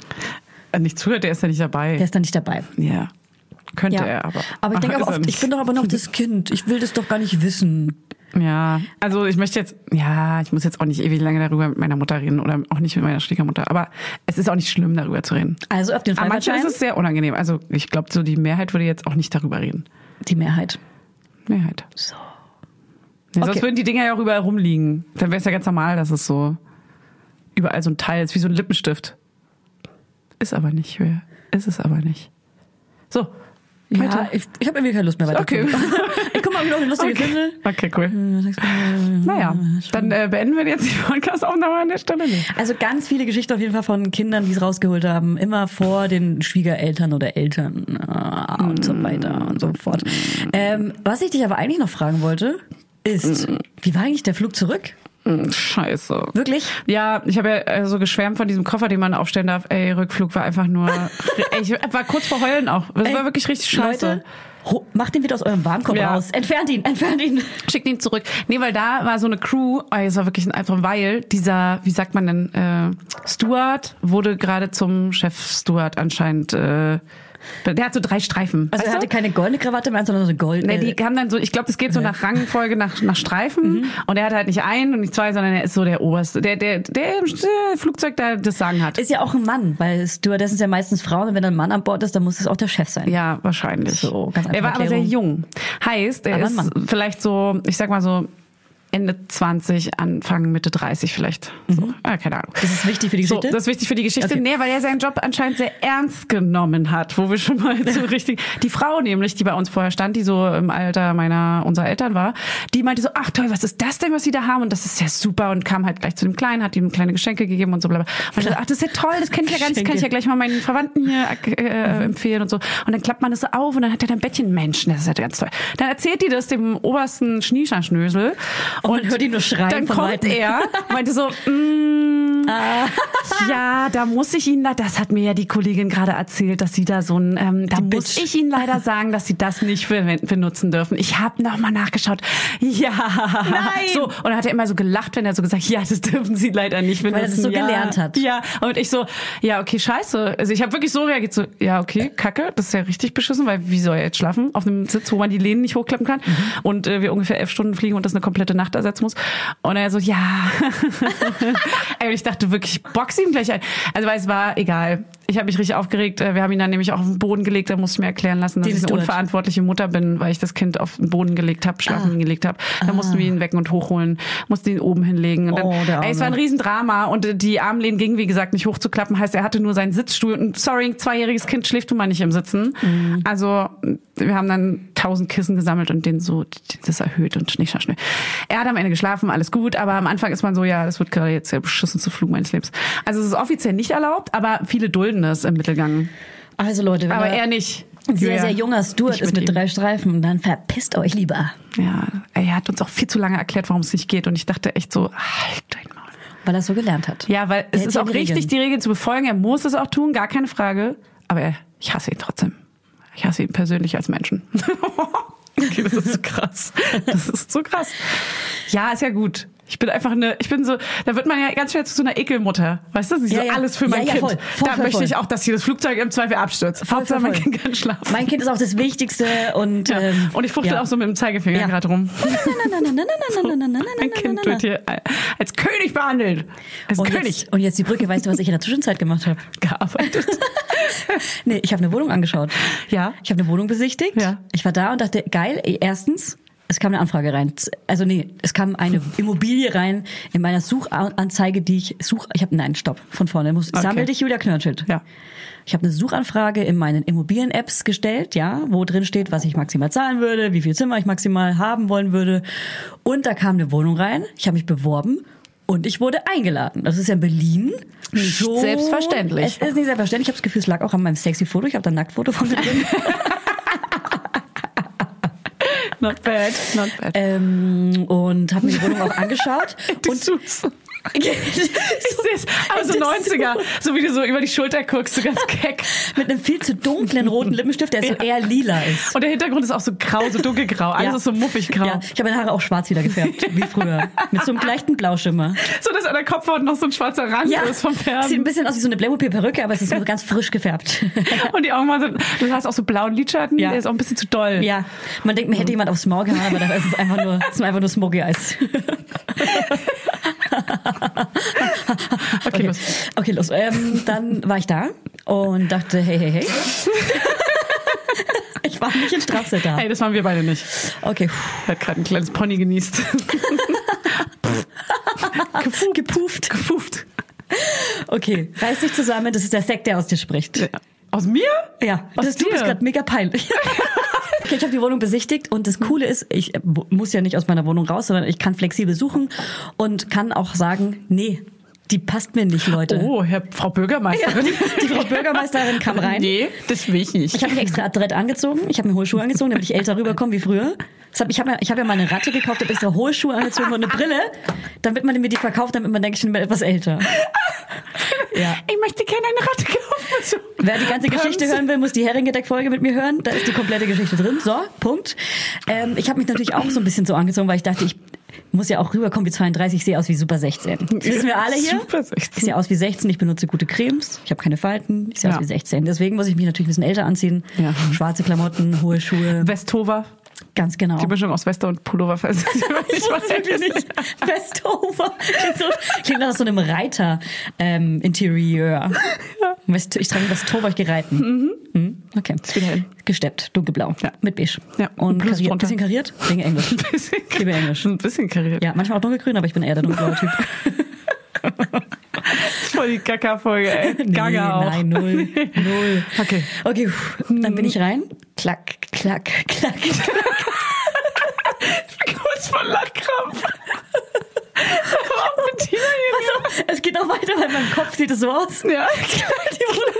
S1: Äh, Nicht zuhört, der ist ja nicht dabei.
S2: Der ist dann nicht dabei.
S1: ja. Könnte
S2: Ja.
S1: er aber.
S2: aber ich denke
S1: Ist
S2: auch
S1: er
S2: oft,
S1: nicht.
S2: ich bin doch aber noch das Kind. Ich will das doch gar nicht wissen.
S1: Ja, also ich möchte jetzt, ja, ich muss jetzt auch nicht ewig lange darüber mit meiner Mutter reden oder auch nicht mit meiner Schwiegermutter, aber es ist auch nicht schlimm, darüber zu reden.
S2: Also auf den
S1: Aber manchmal
S2: Freifahrtschein
S1: ist es sehr unangenehm. Also ich glaube, so die Mehrheit würde jetzt auch nicht darüber reden.
S2: die Mehrheit.
S1: Mehrheit. So. Ja,
S2: Okay.
S1: Sonst würden die Dinger ja auch überall rumliegen. Dann wäre es ja ganz normal, dass es so überall so ein Teil ist, wie so ein Lippenstift. Ist aber nicht, Julia. Ist es aber nicht. So,
S2: Ja, ich, ich habe irgendwie keine Lust mehr weiter.
S1: Okay.
S2: Ich guck mal, ob ich noch eine lustige Äh, finde.
S1: Okay, okay cool. Naja, dann äh, beenden wir jetzt die Podcast-Aufnahme an der Stelle. Nee.
S2: Also ganz viele Geschichten auf jeden Fall von Kindern, die es rausgeholt haben, immer vor den Schwiegereltern oder Eltern äh, und
S1: Mm.
S2: so weiter und so fort. Ähm, was ich dich aber eigentlich noch fragen wollte, ist, wie war eigentlich der Flug zurück? Hm,
S1: Mm, Scheiße.
S2: Wirklich?
S1: Ja, ich habe ja äh, so geschwärmt von diesem Koffer, den man aufstellen darf. Ey, Rückflug war einfach nur. Ey, ich war kurz vor Heulen auch. Das war wirklich richtig scheiße.
S2: Leute, ho- macht den wieder aus eurem Warenkorb
S1: Ja.
S2: raus. Entfernt ihn, entfernt ihn. Also
S1: Schickt ihn zurück. Nee, weil da war so eine Crew, ey, es war wirklich ein Albtraum, weil dieser, wie sagt man denn, äh, Stuart wurde gerade zum Chef-Stuart anscheinend. Äh, der hat so drei Streifen.
S2: Also er
S1: weißt
S2: hatte Äh,
S1: du?
S2: keine goldene Krawatte mehr, sondern so eine goldene.
S1: Nee, die haben dann so, ich glaube, das geht so nach Rangfolge, nach, nach
S2: Mhm.
S1: Streifen. Und er hat halt nicht einen und nicht zwei, sondern er ist so der Oberste, der, der, der im äh, Flugzeug da das Sagen hat.
S2: ist ja auch ein Mann, weil Stewardessen sind ja meistens Frauen und wenn ein Mann an Bord ist, dann muss es auch der Chef sein.
S1: Ja, wahrscheinlich.
S2: So, ganz
S1: er war
S2: einfache
S1: aber sehr
S2: Erklärung.
S1: jung. Heißt, er
S2: Aber ein
S1: ist
S2: Mann.
S1: vielleicht so, ich sag mal so Ende 20, Anfang, Mitte 30 vielleicht. So. Ah, keine Ahnung.
S2: Das Mhm. ist wichtig für die Geschichte?
S1: So, das ist wichtig für die Geschichte.
S2: Okay.
S1: Nee, weil er seinen Job anscheinend sehr ernst genommen hat, wo wir schon mal so richtig. Die Frau nämlich, die bei uns vorher stand, die so im Alter meiner unserer Eltern war, die meinte so, ach toll, was ist das denn, was sie da haben? Und das ist ja super und kam halt gleich zu dem Kleinen, hat ihm kleine Geschenke gegeben und so bla bla. Und ich so, ach, das ist ja toll, das kenne ich ja gar nicht, das kann ich ja gleich mal meinen Verwandten hier
S2: Mhm.
S1: äh, empfehlen und so. Und dann klappt man das so auf und dann hat er ein Bettchen Menschen, das ist ja ganz toll. Dann erzählt die das dem obersten Schnieschanschnösel
S2: Und man hört ihn nur schreien
S1: Dann
S2: von
S1: kommt
S2: Weitem.
S1: er, meinte so, mm, ja, da muss ich Ihnen, le- das hat mir ja die Kollegin gerade erzählt, dass Sie da so ein, ähm, da muss
S2: Bitch.
S1: ich Ihnen leider sagen, dass Sie das nicht verwen- benutzen dürfen. Ich habe nochmal nachgeschaut. Ja. Nein. So, und dann hat er immer so gelacht, wenn er so gesagt, ja, das dürfen Sie leider nicht benutzen.
S2: er das so
S1: ja.
S2: gelernt hat.
S1: Ja, und ich so, ja, okay, scheiße. Also ich habe wirklich so reagiert, so, ja, okay, kacke, das ist ja richtig beschissen, weil wie soll er jetzt schlafen? Auf einem Sitz, wo man die Lehnen nicht hochklappen kann und äh, wir ungefähr elf Stunden fliegen und das eine komplette Nacht ersetzen muss. Und er so, ja. Ey, und ich dachte wirklich, ich box ihn gleich ein. Also weil es war egal. Ich habe mich richtig aufgeregt. Äh, Wir haben ihn dann nämlich auch auf den Boden gelegt. Da musste ich mir erklären lassen, dass
S2: Den
S1: ich eine
S2: Stuart.
S1: unverantwortliche Mutter bin, weil ich das Kind auf den Boden gelegt habe, schlafen gelegt habe. Da mussten wir ihn wecken und hochholen, mussten ihn oben hinlegen. Und dann,
S2: Oh, der
S1: ey, es war ein
S2: Arme.
S1: Riesendrama und äh, die Armlehnen gingen, wie gesagt, nicht hochzuklappen. Heißt, er hatte nur seinen Sitzstuhl. Und sorry, ein zweijähriges Kind schläft nun mal nicht im Sitzen.
S2: Mhm.
S1: Also wir haben dann tausend Kissen gesammelt und den so das erhöht und schnell, schnell, schnell. Er hat am Ende geschlafen, alles gut, aber am Anfang ist man so, ja, das wird gerade jetzt der beschissenste Flug meines Lebens. Also es ist offiziell nicht erlaubt, aber viele dulden es im Mittelgang.
S2: Also Leute, wenn
S1: Aber
S2: ihr-
S1: er nicht.
S2: Ein sehr,
S1: Julia.
S2: sehr junger Stuart
S1: Ich
S2: ist mit
S1: ihm.
S2: drei Streifen. Dann verpisst euch lieber.
S1: Ja, er hat uns auch viel zu lange erklärt, warum es nicht geht. Und ich dachte echt so, halt dein Maul.
S2: Weil er es so gelernt hat.
S1: Ja, weil
S2: Der
S1: es
S2: hat
S1: ist
S2: ja
S1: auch
S2: die
S1: richtig,
S2: Regeln.
S1: die Regeln zu befolgen. Er muss es auch tun, gar keine Frage. Aber er, ich hasse ihn trotzdem. Ich hasse ihn persönlich als Menschen. okay, das ist zu krass. Das ist zu krass. Ja, ist ja gut. Ich bin einfach eine, ich bin so, da wird man ja ganz schnell zu so einer Ekelmutter. Weißt du, sie
S2: Ja,
S1: so
S2: ja.
S1: alles für
S2: Ja,
S1: mein
S2: ja,
S1: Kind.
S2: voll. Voll,
S1: da
S2: voll,
S1: möchte ich
S2: voll.
S1: auch, dass hier das Flugzeug im Zweifel abstürzt.
S2: Voll,
S1: Hauptsache,
S2: voll,
S1: mein
S2: voll.
S1: Kind kann schlafen.
S2: Mein Kind ist auch das Wichtigste und
S1: ja.
S2: ähm,
S1: Und ich fuchtel
S2: ja.
S1: auch so mit dem Zeigefinger
S2: Ja.
S1: gerade rum.
S2: Na, na, na, na, na, na, na, na, na, na,
S1: Mein Kind
S2: na, na.
S1: wird hier als König behandelt. Als
S2: und
S1: König
S2: Jetzt, und jetzt die Brücke. Weißt du, was ich in der Zwischenzeit gemacht habe?
S1: gearbeitet.
S2: Nee, ich habe eine Wohnung angeschaut.
S1: Ja.
S2: Ich habe eine Wohnung besichtigt.
S1: Ja.
S2: Ich war da und dachte, geil, eh, erstens, es kam eine Anfrage rein. Z- Also nee, es kam eine Immobilie rein in meiner Suchanzeige, die ich such. Ich habe nein, stopp, von vorne. Muss,
S1: Okay.
S2: Sammel dich, Julia Knörnschild.
S1: Ja.
S2: Ich habe eine Suchanfrage in meinen Immobilien-Apps gestellt, ja, wo drin steht, was ich maximal zahlen würde, wie viel Zimmer ich maximal haben wollen würde. Und da kam eine Wohnung rein. Ich habe mich beworben. Und ich wurde eingeladen. Das ist ja in Berlin. Nicht
S1: selbstverständlich.
S2: Oh, Es ist nicht selbstverständlich. Ich habe das Gefühl, es lag auch an meinem sexy Foto. Ich habe da ein Nacktfoto von mir drin.
S1: Not bad, not bad.
S2: Äh, ähm, und habe mir die Wohnung auch angeschaut.
S1: Die
S2: und
S1: Süße. Ich sehe es. Also 90er. So wie du so über die Schulter guckst, so ganz keck.
S2: Mit einem viel zu dunklen roten Lippenstift, der so eher lila ist.
S1: Und der Hintergrund ist auch so grau, so dunkelgrau. Alles
S2: Ja.
S1: ist so muffig grau.
S2: Ja, ich habe meine Haare auch schwarz wieder gefärbt, wie früher. Mit so einem leichten Blauschimmer.
S1: So, dass an der Kopfhaut noch so ein schwarzer Rand
S2: Ja,
S1: ist vom
S2: sieht ein
S1: Färben.
S2: bisschen aus wie so eine Playmobil-Perücke, aber es ist so ganz frisch gefärbt.
S1: Und die Augenbrauen sind, du hast auch so blauen Lidschatten,
S2: Ja.
S1: der ist auch ein bisschen zu doll.
S2: Ja, man denkt, mir hätte jemand aufs Maul gehauen, aber da ist es einfach nur, es sind einfach nur Smoky Eyes.
S1: Okay, los.
S2: Okay, los. Ähm, dann war ich da und dachte, hey, hey, hey. Ich war nicht im Strafset da.
S1: Hey, das waren wir beide nicht.
S2: Okay.
S1: Hat gerade ein kleines Pony genießt.
S2: Gepuft. Gepuft.
S1: Gepuft.
S2: Okay, reiß dich zusammen, das ist der Sekt, der aus dir spricht.
S1: Aus mir?
S2: Ja,
S1: Aus
S2: das, du
S1: dir?
S2: bist gerade mega peinlich. Okay, ich habe die Wohnung besichtigt und das Coole ist, ich äh, wo- muss ja nicht aus meiner Wohnung raus, sondern ich kann flexibel suchen und kann auch sagen, nee, die passt mir nicht, Leute.
S1: Oh, Herr, Frau Bürgermeisterin.
S2: Ja, die- die Frau Bürgermeisterin kam rein.
S1: Nee, das will ich nicht.
S2: Ich habe mich extra adrett angezogen, ich habe mir hohe Schuhe angezogen, damit ich älter rüberkomme wie früher. Das hab, ich habe ja, ich hab ja mal eine Ratte gekauft, habe extra hohe Schuhe angezogen und eine Brille, damit man mir die verkauft, damit man denkt, ich bin etwas älter. Ja.
S1: Ich möchte gerne eine Ratte kaufen. So.
S2: Wer die ganze Geschichte
S1: Pumps.
S2: hören will, muss die Heringedeck-Folge mit mir hören. Da ist die komplette Geschichte drin. So, Punkt. Ähm, ich habe mich natürlich auch so ein bisschen so angezogen, weil ich dachte, ich muss ja auch rüberkommen wie 32. Ich sehe aus wie Super 16. Das wissen wir alle hier.
S1: Super 16.
S2: Ich sehe aus wie 16. Ich benutze gute Cremes. Ich habe keine Falten. Ich sehe
S1: Ja.
S2: aus wie 16. Deswegen muss ich mich natürlich ein bisschen älter anziehen.
S1: Ja.
S2: Schwarze Klamotten, hohe Schuhe.
S1: Westhofer,
S2: Ganz genau.
S1: die Mischung aus Wester und Pullover. Ich
S2: Ich wusste es wirklich nicht. Westover. Klingt, so, klingt nach so einem Reiter ähm, Interieur. West, ich trage Westover gereiten. Mhm. Okay.
S1: hin.
S2: Gesteppt, dunkelblau.
S1: Ja.
S2: Mit beige.
S1: Ja.
S2: Und
S1: Und Blues
S2: kariert,
S1: drunter.
S2: bisschen kariert. Wegen Englisch. Ich liebe Englisch.
S1: Ein bisschen kariert.
S2: Ja, manchmal auch dunkelgrün, aber ich bin eher der dunkelblaue Typ.
S1: Voll die Gaga-Folge, ey.
S2: Nee,
S1: Gaga auch.
S2: Nein, null. Null.
S1: Okay.
S2: Okay, pff, dann bin ich rein. Klack, klack, klack.
S1: Kurz vor Lachkrampf. Auf Bettina
S2: Also, es geht noch weiter, weil mein Kopf sieht es so aus.
S1: hier. Ja.
S2: Die Wohnung,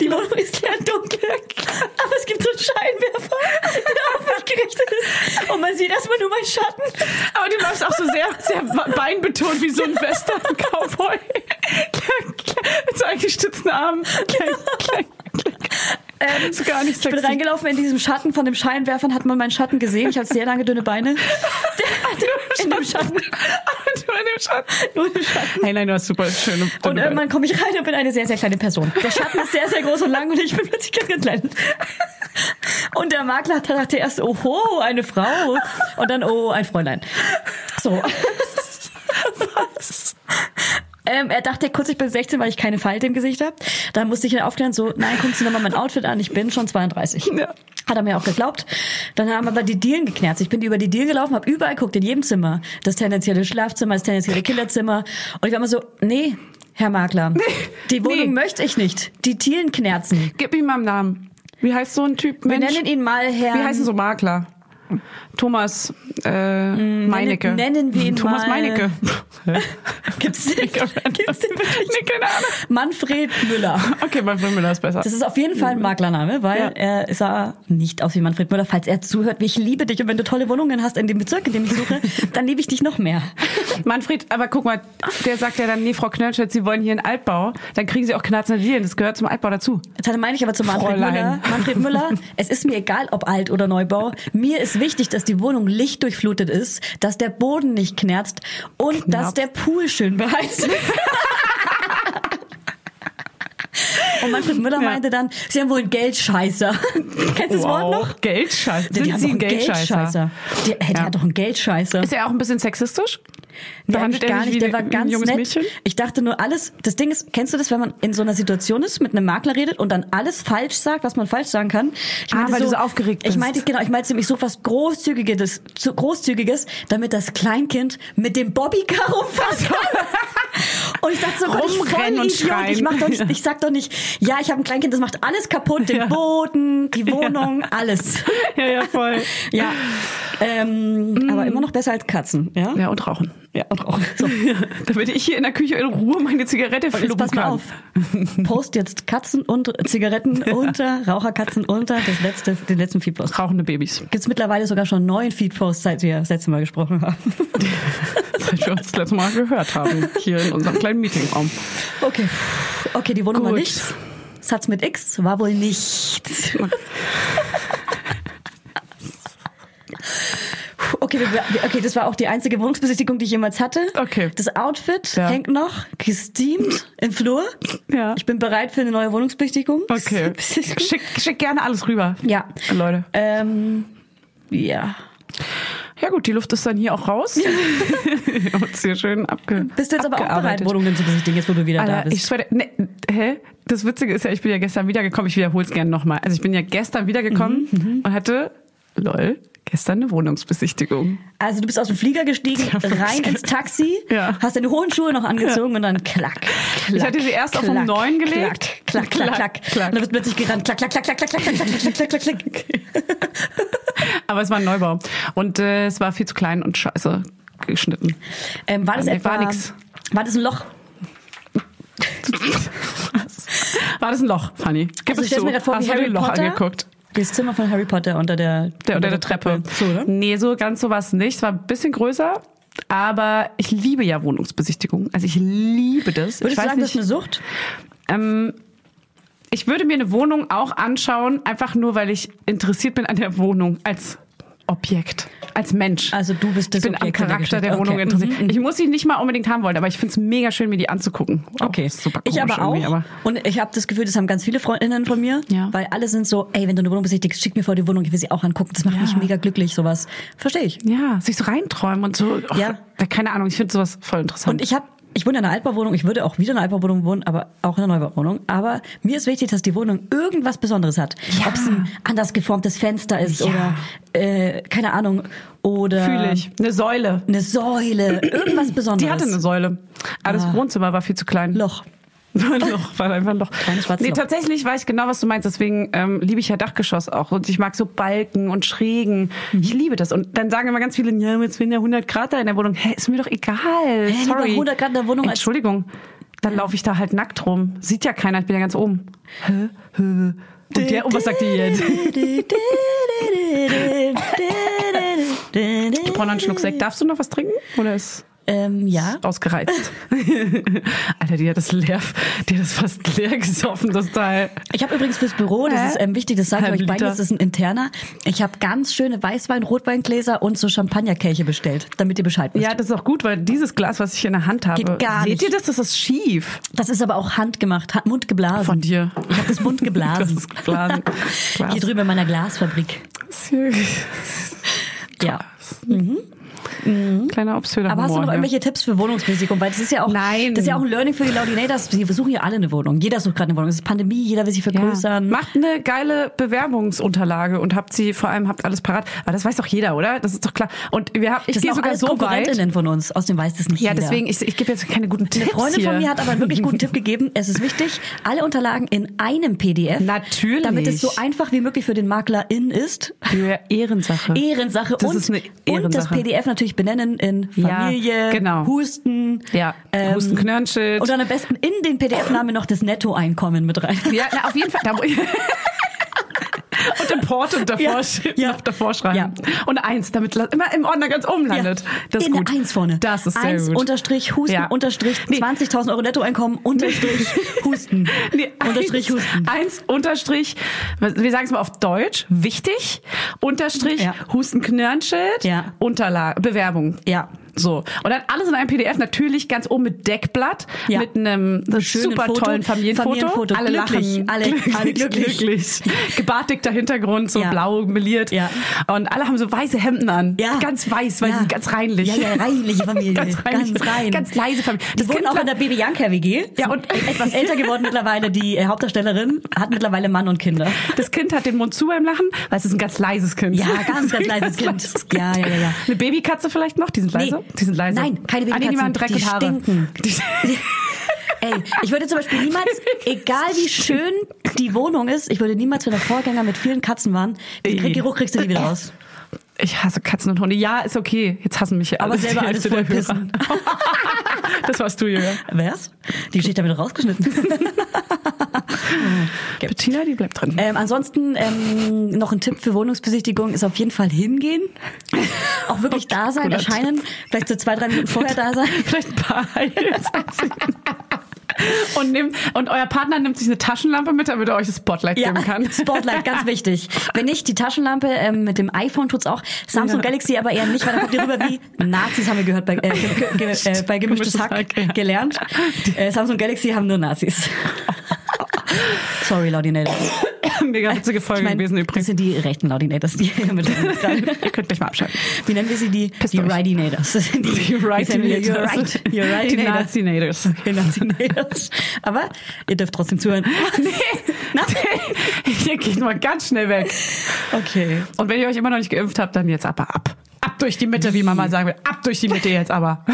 S2: die Wohnung ist sehr dunkel. Aber es gibt so einen Scheinwerfer, der auf mich gerichtet ist. Und man sieht erstmal nur meinen Schatten.
S1: Aber du läufst auch so sehr, sehr beinbetont wie so ein Western-Cowboy. Klack, klack, Mit so eingestützten Armen. Klack, klack, klack. ist gar nicht
S2: Ähm, Ich bin
S1: sexy.
S2: reingelaufen in diesem Schatten von dem Scheinwerfern, hat man meinen Schatten gesehen. Ich habe sehr lange dünne Beine. In dem Schatten.
S1: Und du in dem Schatten.
S2: Nur im Schatten.
S1: Hey, nein, du hast super schön.
S2: Und äh, irgendwann komme ich rein und bin eine sehr, sehr kleine Person. Der Schatten ist sehr, sehr groß und lang und ich bin plötzlich ganz, ganz klein. Und der Makler hat- dachte erst, oho, eine Frau. Und dann, oh, ein Fräulein. So. Ähm, er dachte kurz, ich bin 16, weil ich keine Falte im Gesicht habe. Dann musste ich ihn aufklären, so, nein, guckst du nochmal mein Outfit an, ich bin schon 32. Hat er mir auch geglaubt. Dann haben aber die Dielen geknärzt. Ich bin über die Dielen gelaufen, habe überall geguckt, in jedem Zimmer. Das tendenzielle Schlafzimmer, das tendenzielle Kinderzimmer. Und ich war immer so, nee, Herr Makler, die Wohnung
S1: nee.
S2: möchte ich nicht. Die Dielen knärzen.
S1: Gib ihm mal einen Namen. Wie heißt so ein Typ?
S2: Wir
S1: Mensch?
S2: nennen ihn mal Herrn...
S1: Wie heißen so Makler? Thomas äh, Meinecke.
S2: nennen wir ihn
S1: Thomas
S2: mal-
S1: Meinecke. Hä?
S2: Gibt's den, gibt's den wirklich?
S1: Nee, keine Ahnung.
S2: Manfred Müller.
S1: Okay, mein Freund Müller ist besser.
S2: Das ist auf jeden Fall ein Maklername, weil
S1: Mhm. Ja.
S2: er sah nicht aus wie Manfred Müller. Falls er zuhört, ich liebe dich und wenn du tolle Wohnungen hast in dem Bezirk, in dem ich suche, dann liebe ich dich noch mehr.
S1: Manfred, aber guck mal, der sagt ja dann, nee, Frau Knirschitz, Sie wollen hier einen Altbau. Dann kriegen Sie auch knarzende Dielen. Das gehört zum Altbau dazu.
S2: Jetzt meine ich aber zu Manfred
S1: Fräulein.
S2: Müller. Manfred Müller, es ist mir egal, ob alt oder Neubau. Mir ist wichtig, dass die Wohnung lichtdurchflutet ist, dass der Boden nicht knarzt und dass der Pool schön beheizt ist. Und Manfred Müller
S1: Ja.
S2: meinte dann, Sie haben wohl einen Geldscheißer. Kennst du das Wort noch?
S1: Geldscheißer.
S2: Die
S1: Sind
S2: haben
S1: Sie
S2: doch
S1: ein
S2: einen
S1: Geldscheißer?
S2: Geldscheißer. Der, hey, der
S1: Ja.
S2: hat doch einen Geldscheißer.
S1: Ist er auch ein bisschen sexistisch?
S2: Nee,
S1: Behandelt
S2: eigentlich gar nicht.
S1: er dich wie
S2: Der war
S1: ein- wie ein
S2: ganz
S1: junges
S2: nett.
S1: Mädchen?
S2: Ich dachte nur alles. Das Ding ist, kennst du das, wenn man in so einer Situation ist, mit einem Makler redet und dann alles falsch sagt, was man falsch sagen kann? Ich
S1: Ah, weil du so aufgeregt
S2: Ich
S1: bist.
S2: meinte genau, ich meinte, ich suche was Großzügiges, zu- Großzügiges, damit das Kleinkind mit dem Bobbycar rumfahren kann. Und ich dachte so, Gott, ich
S1: Rumrennen
S2: voll Idiot.
S1: und
S2: Ich,
S1: schreien.
S2: mach doch nicht, ich sag doch nicht, ja, ich habe ein Kleinkind, das macht alles kaputt, den Boden, die Wohnung, alles.
S1: Ja, ja, voll.
S2: Ja, ähm, aber immer noch besser als Katzen, ja?
S1: Ja, und rauchen.
S2: Ja, und auch. So.
S1: Damit ich hier in der Küche in Ruhe meine Zigarette
S2: Und jetzt
S1: fluppen
S2: pass mal
S1: kann.
S2: auf. Post jetzt Katzen und Zigaretten unter, Raucherkatzen unter, das letzte, den letzten Feedpost.
S1: Rauchende Babys.
S2: Gibt's mittlerweile sogar schon neun Feedposts, seit wir das letzte Mal gesprochen haben.
S1: Seit wir uns das letzte Mal gehört haben. Hier hier in unserem kleinen Meetingraum.
S2: Okay. Okay, die Wohnung war
S1: Gut.
S2: nichts. Satz mit X war wohl nichts. Okay, wir- wir, okay, das war auch die einzige Wohnungsbesichtigung, die ich jemals hatte.
S1: Okay.
S2: Das Outfit
S1: Ja.
S2: hängt noch, gesteamt im Flur.
S1: Ja.
S2: Ich bin bereit für eine neue Wohnungsbesichtigung.
S1: Okay.
S2: Besichtigung.
S1: Schick, schick gerne alles rüber.
S2: Ja.
S1: Leute.
S2: Ähm, ja.
S1: Ja gut, die Luft ist dann hier auch raus. Wir haben uns hier schön abge
S2: Bist du jetzt aber auch bereit,
S1: abgearbeitet.
S2: Wohnungen zu besichtigen, jetzt wo du wieder da
S1: Alter,
S2: bist?
S1: ich swear, ne, hä? Das Witzige ist ja, ich bin ja gestern wiedergekommen. Ich wiederhole es gerne nochmal. Also ich bin ja gestern wiedergekommen
S2: Mhm,
S1: und hatte, lol, gestern eine Wohnungsbesichtigung.
S2: Also du bist aus dem Flieger gestiegen, rein ins Taxi,
S1: Ja.
S2: hast deine hohen Schuhe noch angezogen und dann klack, klack.
S1: Ich hatte sie erst auf den neuen gelegt.
S2: Klack, klack, klack, klack.
S1: Klack.
S2: Und dann bist du plötzlich gerannt. Klack, klack, klack, klack, klack, klack, klack, klack, klack, klack, klack, klack.
S1: Aber es war ein Neubau und äh, es war viel zu klein und scheiße geschnitten.
S2: Ähm, war das
S1: Nee,
S2: etwa,
S1: war nix.
S2: War das ein Loch?
S1: War das ein Loch, Fanny? Gib
S2: Also ich
S1: es
S2: stell's
S1: zu.
S2: mir gerade vor,
S1: Hast
S2: wie
S1: du dir
S2: Harry
S1: ein Loch
S2: Potter.
S1: angeguckt?
S2: Das Zimmer von Harry Potter unter der,
S1: Der, unter der Treppe.
S2: So, ne? oder?
S1: Nee, so ganz so war es nicht. Es war ein bisschen größer, aber ich liebe ja Wohnungsbesichtigungen. Also ich liebe das. ich
S2: Würdest du
S1: weiß
S2: sagen, das ist
S1: nicht,
S2: eine Sucht?
S1: ähm, ich würde mir eine Wohnung auch anschauen, einfach nur, weil ich interessiert bin an der Wohnung als Objekt, als Mensch.
S2: Also du bist das
S1: ich bin
S2: Objekt der
S1: am Charakter der,
S2: Geschichte.
S1: Wohnung
S2: Okay. Mhm,
S1: interessiert. Ich muss sie nicht mal unbedingt haben wollen, aber ich finde es mega schön, mir die anzugucken. Auch
S2: Okay,
S1: super
S2: ich
S1: komisch
S2: aber auch.
S1: irgendwie, Aber
S2: Und ich habe das Gefühl, das haben ganz viele Freundinnen von mir,
S1: Ja.
S2: weil alle sind so, ey, wenn du eine Wohnung besichtigst, schick mir vor die Wohnung, ich will sie auch angucken. Das macht
S1: Ja.
S2: mich mega glücklich, sowas. Verstehe ich.
S1: ja, sich so reinträumen und so. Och,
S2: Ja.
S1: Keine Ahnung, ich finde sowas voll interessant.
S2: Und ich habe, ich wohne in einer Altbauwohnung, ich würde auch wieder in einer Altbauwohnung wohnen, aber auch in einer Neubauwohnung. Aber mir ist wichtig, dass die Wohnung irgendwas Besonderes hat. Ob es ein anders geformtes Fenster ist oder äh, keine Ahnung oder
S1: Fühle ich. Eine Säule.
S2: eine Säule, irgendwas Besonderes.
S1: Die hatte eine Säule. Aber das Wohnzimmer war viel zu klein.
S2: Ah. Loch.
S1: Ein Loch, war einfach ein Loch.
S2: Kleines schwarzes
S1: nee,
S2: Loch.
S1: tatsächlich weiß ich genau, was du meinst. Deswegen ähm, liebe ich ja Dachgeschoss auch. Und ich mag so Balken und Schrägen.
S2: Mhm.
S1: Ich liebe das. Und dann sagen immer ganz viele, ja, jetzt sind ja 100 Grad da in der Wohnung. Hä, ist mir doch egal.
S2: lieber
S1: Sorry.
S2: 100 Grad in der Wohnung als-
S1: Entschuldigung. Dann laufe ich da halt nackt rum. Sieht ja keiner, ich bin ja ganz oben. Hä? Hä? Und, der, und was sagt die jetzt? Ich brauche noch einen Schluck Sekt. Darfst du noch was trinken? Oder ist
S2: Ähm, ja.
S1: ausgereizt? Alter, die hat das leer, die hat das fast leer gesoffen, das Teil.
S2: Ich habe übrigens fürs Büro, das ist ähm, wichtig, das sage ich
S1: Halben
S2: euch beiden,
S1: Liter.
S2: das ist ein interner. Ich habe ganz schöne Weißwein, Rotweingläser und so Champagnerkelche bestellt, damit ihr Bescheid wisst.
S1: Ja, das ist auch gut, weil dieses Glas, was ich hier in der Hand habe,
S2: Geht gar
S1: seht
S2: nicht.
S1: ihr das? Das ist schief. Also
S2: Das ist aber auch handgemacht, Hand, Mund geblasen.
S1: Von dir.
S2: Ich habe das Mund geblasen.
S1: Das ist geblasen. Glas.
S2: Hier drüben in meiner Glasfabrik. Ja.
S1: Kleiner obsöder
S2: Aber hast du noch
S1: Humor hier.
S2: irgendwelche Tipps für Wohnungsbesichtigung? Weil das ist ja auch,
S1: Nein.
S2: das ist ja auch ein Learning für die Laudinators. Sie versuchen ja alle eine Wohnung. Jeder sucht gerade eine Wohnung. Es ist Pandemie, jeder will sich
S1: ja.
S2: vergrößern.
S1: Macht eine geile Bewerbungsunterlage und habt sie, vor allem habt alles parat. Aber das weiß doch jeder, oder? Das ist doch klar. Und wir haben, ich
S2: das sind
S1: gehe
S2: auch
S1: sogar
S2: alles
S1: so weit.
S2: Konkurrentinnen von uns. Aus dem weiß das nicht
S1: Ja,
S2: jeder.
S1: deswegen, ich, ich gebe jetzt keine guten Tipps
S2: Eine Freundin
S1: hier.
S2: von mir hat aber einen wirklich guten Tipp gegeben. Es ist wichtig, alle Unterlagen in einem PDF.
S1: Natürlich.
S2: Damit es so einfach wie möglich für den Makler in ist.
S1: Für Ehrensache.
S2: Ehrensache
S1: Das
S2: und,
S1: ist eine
S2: und das
S1: Ehrensache.
S2: PDF natürlich benennen in Familie,
S1: Ja, genau.
S2: Husten,
S1: Ja, Husten, Knörnschild.
S2: Oder am besten in den PDF-Namen noch das Nettoeinkommen mit rein.
S1: Ja, na, auf jeden Fall. Da, wo- und den Porto davor,
S2: Ja,
S1: sch-
S2: ja.
S1: davor schreiben.
S2: Ja.
S1: Und eins, damit la- immer im Ordner ganz oben landet. Das ist
S2: in
S1: gut.
S2: der Eins vorne.
S1: Das ist sehr
S2: Eins
S1: gut.
S2: unterstrich Husten
S1: Ja.
S2: unterstrich
S1: Nee.
S2: 20.000 Euro Nettoeinkommen unterstrich Husten.
S1: Nee,
S2: unterstrich
S1: eins,
S2: Husten.
S1: Eins unterstrich, was- wir sagen es mal auf Deutsch, wichtig, unterstrich,
S2: Ja.
S1: Hustenknörnschild,
S2: Ja.
S1: Unterlage, Bewerbung.
S2: Ja.
S1: So. Und dann alles in einem PDF, natürlich ganz oben mit Deckblatt,
S2: Ja.
S1: mit einem
S2: Schönen
S1: super
S2: Foto,
S1: tollen Familienfoto.
S2: Familienfoto,
S1: Alle
S2: glücklich,
S1: lachen.
S2: alle- alle glücklich.
S1: Gebartigter Hintergrund, so
S2: Ja.
S1: blau meliert.
S2: Ja.
S1: Und alle haben so weiße Hemden an.
S2: Ja.
S1: Ganz weiß, weil
S2: Ja.
S1: die sind ganz reinlich.
S2: Ja, ja, reinliche Familie.
S1: ganz reinlich.
S2: Ganz rein.
S1: Ganz leise Familie.
S2: Die wohnen auch
S1: Kind-
S2: genau in der Baby Janker WG.
S1: Ja, und-
S2: e- etwas älter geworden mittlerweile. Die äh, Hauptdarstellerin hat mittlerweile Mann und Kinder.
S1: Das Kind hat den Mund zu beim Lachen, weil es ist ein ganz leises Kind.
S2: Ja, ganz, genau. ganz
S1: Ein
S2: leises Kind. Ja, ja, ja, ja.
S1: Eine Babykatze vielleicht noch? Die sind leise?
S2: Nee.
S1: Die sind leise.
S2: Nein, keine
S1: Ah, nee,
S2: Babykatzen.
S1: die machen Dreck
S2: Die
S1: und Haare.
S2: stinken.
S1: Die-
S2: Ey, ich würde zum Beispiel niemals, egal wie schön die Wohnung ist, ich würde niemals, wenn der Vorgänger mit vielen Katzen waren, die krieg, die Ruck kriegst du die wieder raus.
S1: Ich hasse Katzen und Hunde. Ja, ist okay. Jetzt hassen mich ja
S2: Aber
S1: alle.
S2: selber
S1: die
S2: alles
S1: Hälfte der
S2: voll
S1: Hörer.
S2: pissen.
S1: Das warst du, Julia.
S2: Wär's? Die Geschichte habe ich doch rausgeschnitten.
S1: Bettina, die bleibt drin.
S2: Ähm, ansonsten ähm, noch ein Tipp für Wohnungsbesichtigung ist auf jeden Fall hingehen. Auch wirklich da sein,
S1: Cooler
S2: erscheinen. Vielleicht so zwei, drei Minuten vorher da sein.
S1: Vielleicht ein paar Heils anziehen. und, nimmt, und euer Partner nimmt sich eine Taschenlampe mit, damit er euch das Spotlight geben kann.
S2: Spotlight, ganz wichtig. Wenn nicht, die Taschenlampe ähm, mit dem iPhone tut's auch. Samsung Galaxy aber eher nicht, weil da kommt ihr rüber wie Nazis, haben wir gehört, bei, äh, ge, ge, äh, bei Gemischtes
S1: Gemischtes
S2: Hack,
S1: Hack, ja.
S2: gelernt. Äh, Samsung Galaxy haben nur Nazis. Sorry, Laudinator.
S1: Mega witzige Folge
S2: Ich mein,
S1: gewesen
S2: Das
S1: übrigens.
S2: sind die rechten Laudinators, die hier mit uns gerade
S1: Ihr könnt gleich mal abschalten.
S2: Wie nennen wir sie? Die,
S1: Pisst
S2: die
S1: euch.
S2: Ridinators. Die,
S1: Die Rightinators.
S2: You're right. You're right.
S1: Die Nazinators.
S2: Die Nazinators. Aber ihr dürft trotzdem zuhören. Nee. Na?
S1: Ihr geht mal ganz schnell weg.
S2: Okay.
S1: Und wenn ihr euch immer noch nicht geimpft habt, dann jetzt aber ab. Ab durch die Mitte, wie Mama sagen will. Ab durch die Mitte jetzt aber.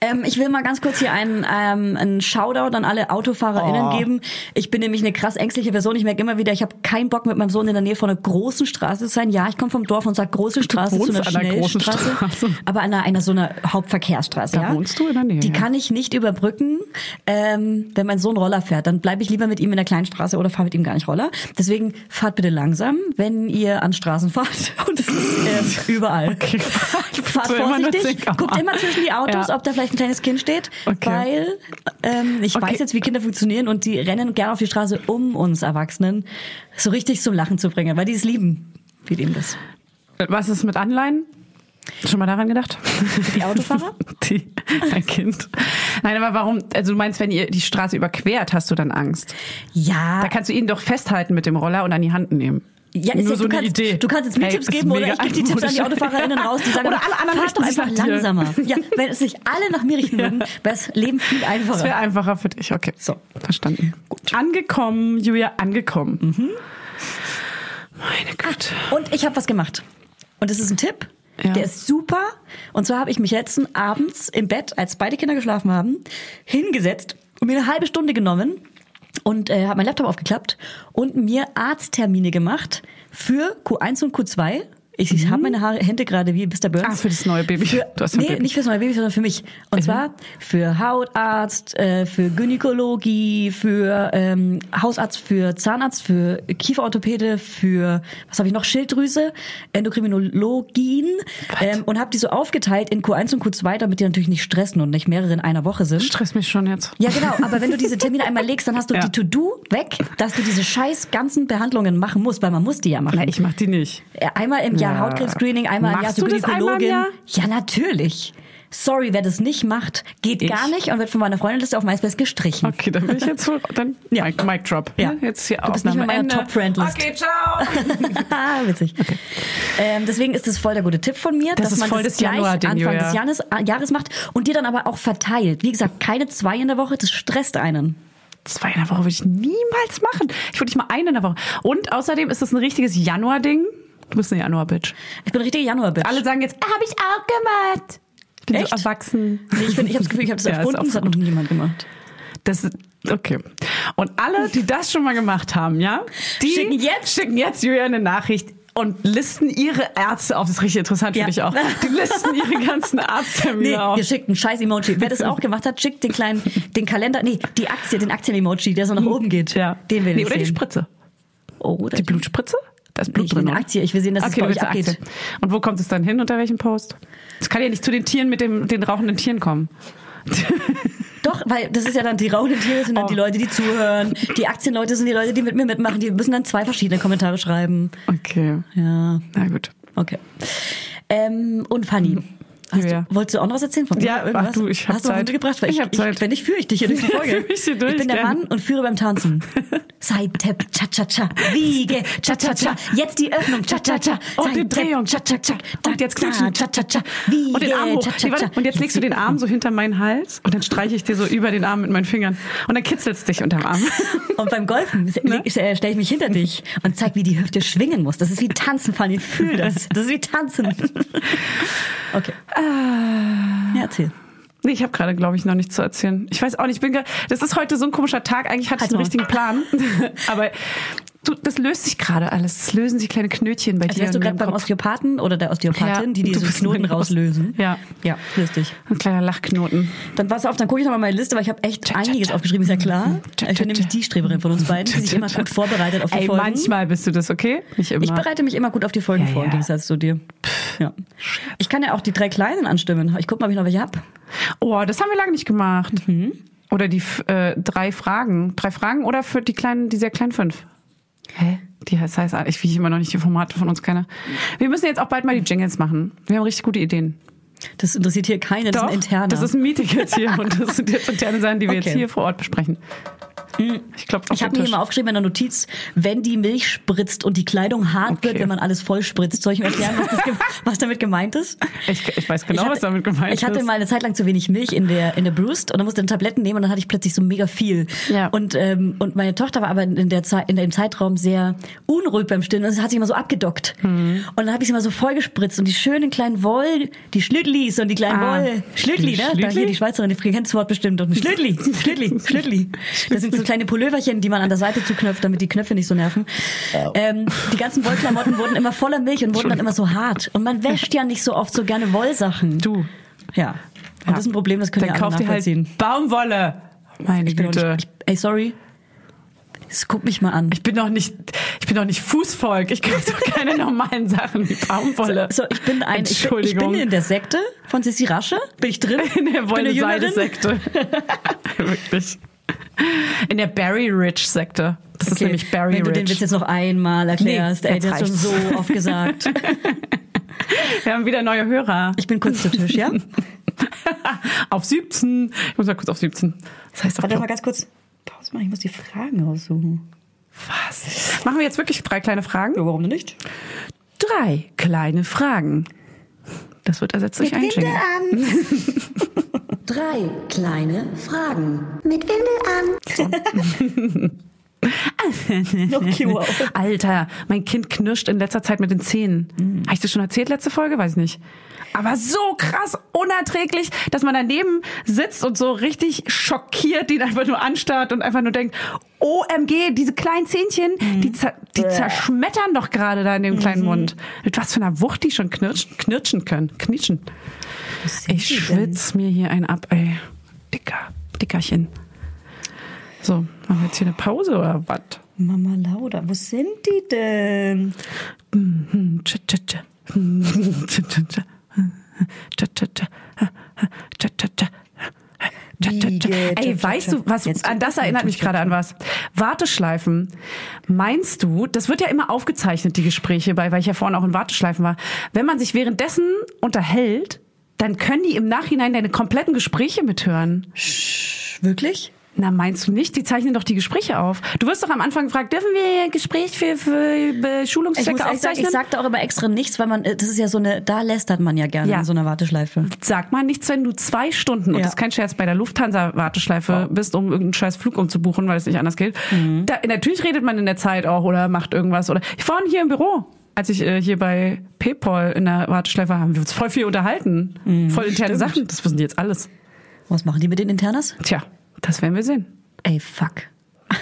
S2: Ähm, ich will mal ganz kurz hier einen, ähm, einen Shoutout an alle AutofahrerInnen
S1: Oh.
S2: geben. Ich bin nämlich eine krass ängstliche Person. Ich merke immer wieder, ich habe keinen Bock mit meinem Sohn in der Nähe von einer großen Straße zu sein. Ja, ich komme vom Dorf und sage große Straße zu
S1: wohnst
S2: einer
S1: an einer großen
S2: Schnellstraße.
S1: Straße.
S2: Aber an einer, einer so einer Hauptverkehrsstraße.
S1: Da
S2: ja?
S1: wohnst du in der Nähe,
S2: Die
S1: ja.
S2: kann ich nicht überbrücken, ähm, wenn mein Sohn Roller fährt. Dann bleibe ich lieber mit ihm in der kleinen Straße oder fahre mit ihm gar nicht Roller. Deswegen fahrt bitte langsam, wenn ihr an Straßen fahrt. Und das ist ähm, überall. Fahrt
S1: So immer nur
S2: vorsichtig,
S1: 10 km/h.
S2: guckt immer zwischen die Autos,
S1: Ja.
S2: ob da vielleicht ein kleines Kind steht,
S1: Okay.
S2: weil ähm, ich
S1: Okay.
S2: weiß jetzt, wie Kinder funktionieren und die rennen gerne auf die Straße, um uns Erwachsenen so richtig zum Lachen zu bringen, weil die es lieben. Wir lieben das.
S1: Was ist mit Anleihen? Schon mal daran gedacht?
S2: Die Autofahrer?
S1: Die, dein Kind. Nein, aber warum? Also du meinst, wenn ihr die Straße überquert, hast du dann Angst?
S2: Ja,
S1: Da kannst du ihn doch festhalten mit dem Roller und an die Hand nehmen.
S2: ja ist
S1: Nur
S2: ja-
S1: so
S2: du
S1: eine
S2: kannst,
S1: Idee.
S2: Du kannst jetzt mir
S1: Ey,
S2: Tipps
S1: ist
S2: geben oder
S1: mega
S2: ich gebe die Tipps an die
S1: altmodisch.
S2: AutofahrerInnen raus, die sagen,
S1: Oder
S2: aber
S1: alle anderen
S2: fahrt
S1: richten
S2: doch
S1: sich
S2: einfach
S1: nach dir.
S2: langsamer. Ja, wenn es sich alle nach mir richten würden, wäre das Leben viel
S1: Das
S2: einfacher.
S1: wäre einfacher für dich, okay.
S2: So.
S1: Verstanden. Angekommen, Julia, angekommen.
S2: Mhm.
S1: Meine Güte.
S2: Und ich habe was gemacht. Und das ist ein Tipp.
S1: Ja.
S2: Der ist super. Und zwar habe ich mich letzten abends im Bett, als beide Kinder geschlafen haben, hingesetzt und mir eine halbe Stunde genommen und äh, habe meinen Laptop aufgeklappt und mir Arzttermine gemacht für Q1 und Q2. Ich, ich habe meine Haare, Hände gerade wie Mr. Burns.
S1: Mhm. Ah, für das neue Baby.
S2: Für,
S1: Du hast ein
S2: nee,
S1: Baby.
S2: nicht fürs neue Baby, sondern für mich. Und
S1: Mhm.
S2: zwar für Hautarzt, äh, für Gynäkologie, für ähm, Hausarzt, für Zahnarzt, für Kieferorthopäde, für, was habe ich noch, Schilddrüse, Endokrinologin. Ähm, und habe die so aufgeteilt in Q1 und Q2, damit die natürlich nicht stressen und nicht mehrere in einer Woche sind.
S1: Stress mich schon jetzt.
S2: Ja, genau. Aber wenn du diese Termine einmal legst, dann hast du
S1: Ja.
S2: die To-Do weg, dass du diese scheiß ganzen Behandlungen machen musst, weil man muss die ja machen.
S1: Na, ich mach die nicht.
S2: Äh, Einmal im Jahr
S1: Ja.
S2: Hautkrebs-Screening, einmal im Jahr
S1: Machst
S2: zur
S1: du das einmal im
S2: Gynäkologin.
S1: Jahr?
S2: Ja, natürlich. Sorry, wer das nicht macht, geht
S1: Ich.
S2: gar nicht und wird von meiner Freundeliste auf MySpace gestrichen.
S1: Okay, dann bin ich jetzt wohl. Dann
S2: Ja.
S1: Mic, Mic Drop. Ne?
S2: Ja.
S1: Jetzt hier
S2: Du bist nicht mehr
S1: Aufnahme
S2: meiner
S1: Ende.
S2: Top-Friend-List.
S1: Okay, ciao.
S2: Ah, witzig. Ähm, deswegen ist das voll der gute Tipp von mir,
S1: Das
S2: dass
S1: ist
S2: man
S1: voll
S2: das
S1: das
S2: gleich
S1: Januar-Ding,
S2: Anfang
S1: Julia.
S2: des Jahres, äh, Jahres macht und dir dann aber auch verteilt. Wie gesagt, keine zwei in der Woche, das stresst einen.
S1: Zwei in der Woche würde ich niemals machen. Ich würde nicht mal eine in der Woche. Und außerdem ist das ein richtiges Januar-Ding. Du bist eine Januar-Bitch.
S2: Ich bin richtig Januar-Bitch.
S1: Alle sagen jetzt, habe ich auch gemacht. Ich bin
S2: Echt?
S1: so erwachsen.
S2: Nee, ich finde, ich habe das Gefühl, ich habe das
S1: Ja, ist
S2: erfunden,
S1: auch
S2: das hat noch niemand gemacht.
S1: Das ist, okay. Und alle, die das schon mal gemacht haben, ja, die
S2: Schicken jetzt-
S1: schicken jetzt Julia eine Nachricht und listen ihre Ärzte auf. Das ist richtig interessant
S2: Ja.
S1: für dich auch. Die listen ihre ganzen Arzttermine
S2: Nee,
S1: auf.
S2: ihr schickt ein scheiß Emoji. Wer das auch gemacht hat, schickt den kleinen, den Kalender, nee, die Aktie, den Aktien-Emoji, der so nach oben geht.
S1: Ja.
S2: Den will
S1: nee,
S2: ich
S1: oder die oh,
S2: sehen.
S1: Spritze.
S2: Oder
S1: Die Blutspritze? Da ist
S2: Nee,
S1: Blut
S2: ich will
S1: drin.
S2: eine
S1: oder?
S2: Aktie. Ich will sehen, dass es
S1: okay,
S2: bei
S1: du
S2: euch
S1: willst eine
S2: abgeht.
S1: Aktie. Und wo kommt es dann hin? Unter welchem Post? Es kann ja nicht zu den Tieren mit dem, den rauchenden Tieren kommen.
S2: Doch, weil das ist ja dann die rauen Tiere sind dann
S1: Oh.
S2: die Leute, die zuhören. Die Aktienleute sind die Leute, die mit mir mitmachen. Die müssen dann zwei verschiedene Kommentare schreiben.
S1: Okay.
S2: Ja,
S1: Na gut.
S2: okay. Ähm, und Fanny. Hast
S1: Julia.
S2: Du, wolltest du auch noch was erzählen von
S1: Ja,
S2: dir? Irgendwas?
S1: ach du, ich hab
S2: Hast du was
S1: Zeit.
S2: mitgebracht? Weil ich,
S1: Ich
S2: ich,
S1: hab Zeit.
S2: Wenn nicht, führe ich dich hier durch die Folge.
S1: Führe ich hier durch,
S2: ich bin der
S1: gerne.
S2: Mann und führe beim Tanzen. Side-Tap, Cha-Cha-Cha, Wiege, Cha-Cha-Cha, jetzt die Öffnung, Cha-Cha-Cha,
S1: Und Oh, die
S2: Side-Tap,
S1: Drehung.
S2: Cha-Cha-Cha,
S1: Und jetzt klatschen.
S2: Cha-Cha-Cha, Wiege,
S1: Und den Arm hoch. Nee, warte.
S2: Cha-Cha-Cha.
S1: Und jetzt legst du den
S2: die
S1: Arm so hinter meinen Hals und dann streiche ich dir so über den Arm mit meinen Fingern. Und dann kitzelst dich unterm Arm.
S2: Und beim Golfen
S1: Ne?
S2: stelle ich mich hinter dich und zeig, wie die Hüfte schwingen muss. Das ist wie Tanzen, Fanny. Fühl das. Das ist wie Tanzen. Okay.
S1: Ah.
S2: Ja, erzähl.
S1: Nee, ich habe gerade, glaube ich, noch nichts zu erzählen. Ich weiß auch nicht, ich bin gerade. Das ist heute so ein komischer Tag. Eigentlich hatte
S2: Halt's
S1: ich einen
S2: Maul.
S1: richtigen Plan. Aber Du, das löst sich gerade alles. Es lösen sich kleine Knötchen bei
S2: Als
S1: dir.
S2: wärst du
S1: in
S2: gerade
S1: deinem
S2: beim
S1: Kopf.
S2: Osteopathen oder der Osteopathin,
S1: Ja,
S2: die die
S1: du
S2: so
S1: bist
S2: Knoten
S1: mein Ost-
S2: rauslösen.
S1: Ja.
S2: Ja, lustig.
S1: Ein kleiner Lachknoten.
S2: Dann pass auf, dann gucke ich nochmal meine Liste, weil ich habe echt
S1: Tja, tja,
S2: einiges
S1: tja.
S2: aufgeschrieben, ist ja klar.
S1: Tja,
S2: Ich
S1: tja,
S2: bin nämlich
S1: tja.
S2: die Streberin von uns beiden, die sich immer gut vorbereitet auf die
S1: Ey,
S2: Folgen.
S1: manchmal bist du das, okay? Nicht immer.
S2: Ich bereite mich immer gut auf die Folgen
S1: Ja,
S2: vor, im
S1: ja.
S2: Gegensatz zu dir. Ja. Ich kann ja auch die drei Kleinen anstimmen. Ich gucke mal, ob ich noch welche hab.
S1: oh, das haben wir lange nicht gemacht.
S2: Mhm.
S1: Oder die f- äh, drei Fragen. Drei Fragen oder für die kleinen, die sehr kleinen fünf. Hä? Die heißt, heißt ich wie immer noch nicht die Formate von uns kenne. Wir müssen jetzt auch bald mal die Jingles machen. Wir haben richtig gute Ideen.
S2: Das interessiert hier keinen, das ist ein interner.
S1: das ist ein Meeting jetzt hier und das sind jetzt interne Sachen, die wir jetzt
S2: Okay. Mhm.
S1: hier vor Ort besprechen. Ich glaube,
S2: ich habe mir hier mal aufgeschrieben in der Notiz, wenn die Milch spritzt und die Kleidung hart
S1: Okay.
S2: wird, wenn man alles voll spritzt. Soll ich mir erklären, was, das, ge- was damit gemeint ist?
S1: Ich, ich weiß genau,
S2: Ich
S1: was
S2: hatte-
S1: damit gemeint
S2: Ich hatte
S1: ist.
S2: mal eine Zeit lang zu wenig Milch in der, in der Brust und dann musste ich Tabletten nehmen und dann hatte ich plötzlich so mega viel.
S1: Ja.
S2: Und, ähm, und meine Tochter war aber in, der Zeit, in dem Zeitraum sehr unruhig beim Stillen und hat sich immer so abgedockt.
S1: Hm.
S2: Und dann habe ich sie immer so voll gespritzt und die schönen kleinen Woll, die Schlüttlis und die kleinen
S1: Ah,
S2: Woll, Schlüttli,
S1: die
S2: ne? Da
S1: Schlüttli?
S2: hier die Schweizerin, die kennt das Wort bestimmt. Und Schlüttli, Schlüttli, Schlüttli. Das sind so kleine Pulloverchen, die man an der Seite zuknöpft, damit die Knöpfe nicht so nerven. Ähm, die ganzen Wollklamotten wurden immer voller Milch und wurden dann immer so hart. Und man wäscht ja nicht so oft so gerne Wollsachen.
S1: Du.
S2: Ja. Und das ist ein Problem, das können
S1: Dann
S2: wir alle
S1: kauft ihr
S2: nachvollziehen.
S1: halt Baumwolle. Meine
S2: ich bin doch
S1: Güte.
S2: nicht, ich, ey, sorry. Es guckt mich mal an.
S1: Ich bin doch nicht, ich bin doch nicht Fußvolk. Ich kaufe doch keine normalen Sachen wie Baumwolle.
S2: So, ich bin ein, ich bin, ich
S1: Entschuldigung.
S2: bin in der Sekte von Sissi Rasche. Bin ich drin?
S1: in der
S2: Ich bin eine Jüngerin.
S1: Wolle-Seide-Sekte. Wirklich. In der Barry-Rich-Sekte. Das ist
S2: Okay,
S1: nämlich Barry
S2: Wenn du den
S1: Rich.
S2: Witz jetzt noch einmal erklärst,
S1: Nee,
S2: ey,
S1: jetzt
S2: das hast du
S1: reicht's.
S2: so oft gesagt.
S1: Wir haben wieder neue Hörer.
S2: Ich bin kurz zu Tisch, ja?
S1: auf 17. Ich muss mal kurz auf 17. Das heißt doch
S2: Warte mal ganz kurz. Pause machen, ich muss die Fragen raussuchen.
S1: was. Machen wir jetzt wirklich drei kleine Fragen?
S2: Ja, warum denn nicht?
S1: Drei kleine Fragen. Das wird ersetzt durch einen Jingle.
S3: Drei kleine Fragen.
S5: Mit Windel an.
S2: Noch Kilo.
S1: Alter, mein Kind knirscht in letzter Zeit mit den Zähnen. Habe ich das schon erzählt letzte Folge? Weiß nicht. Aber so krass unerträglich, dass man daneben sitzt und so richtig schockiert ihn einfach nur anstarrt und einfach nur denkt, OMG, diese kleinen Zähnchen, die, zer die zerschmettern doch gerade da in dem kleinen Mund. Mit was für einer Wucht die schon knirschen, knirschen können, knitschen. Ich schwitz mir hier einen ab, ey. Dicker, dickerchen. So, machen wir jetzt hier eine Pause oder was?
S2: Mama Lauda, wo sind die denn?
S1: Tsch, tsch, tsch. Tsch, tsch, tsch. Tsch, tsch, tsch. Tsch, tsch, tsch. Tsch, tsch, tsch.
S2: Wiege,
S1: Ey,
S2: tsch,
S1: weißt
S2: tsch,
S1: du, was
S2: Jetzt
S1: an das erinnert mich gerade an was? Warteschleifen. Meinst du, das wird ja immer aufgezeichnet, die Gespräche, bei, weil ich ja vorhin auch in Warteschleifen war. Wenn man sich währenddessen unterhält, dann können die im Nachhinein deine kompletten Gespräche mithören.
S2: Wirklich?
S1: Na, meinst du nicht? Die zeichnen doch die Gespräche auf. Du wirst doch am Anfang gefragt, dürfen wir Gespräch für, für äh,
S2: Ich, muss
S1: Schulungszwecke
S2: ehrlich sagen,
S1: aufzeichnen?
S2: ich sag da auch immer extra nichts, weil man, äh, das ist ja so eine, da lästert man ja gerne
S1: Ja.
S2: in so einer Warteschleife.
S1: sag mal nichts, wenn du zwei Stunden, und
S2: Ja.
S1: das ist kein Scherz, bei der Lufthansa-Warteschleife bist, um irgendeinen scheiß Flug umzubuchen, weil es nicht anders geht. Da, natürlich redet man in der Zeit auch oder macht irgendwas. Oder ich vorhin hier im Büro, als ich äh, hier bei PayPal in der Warteschleife war, haben wir uns voll viel unterhalten. voll interne Sachen. Das wissen die jetzt alles.
S2: Was machen die mit den Internas?
S1: Tja, das werden wir sehen.
S2: Ey, fuck.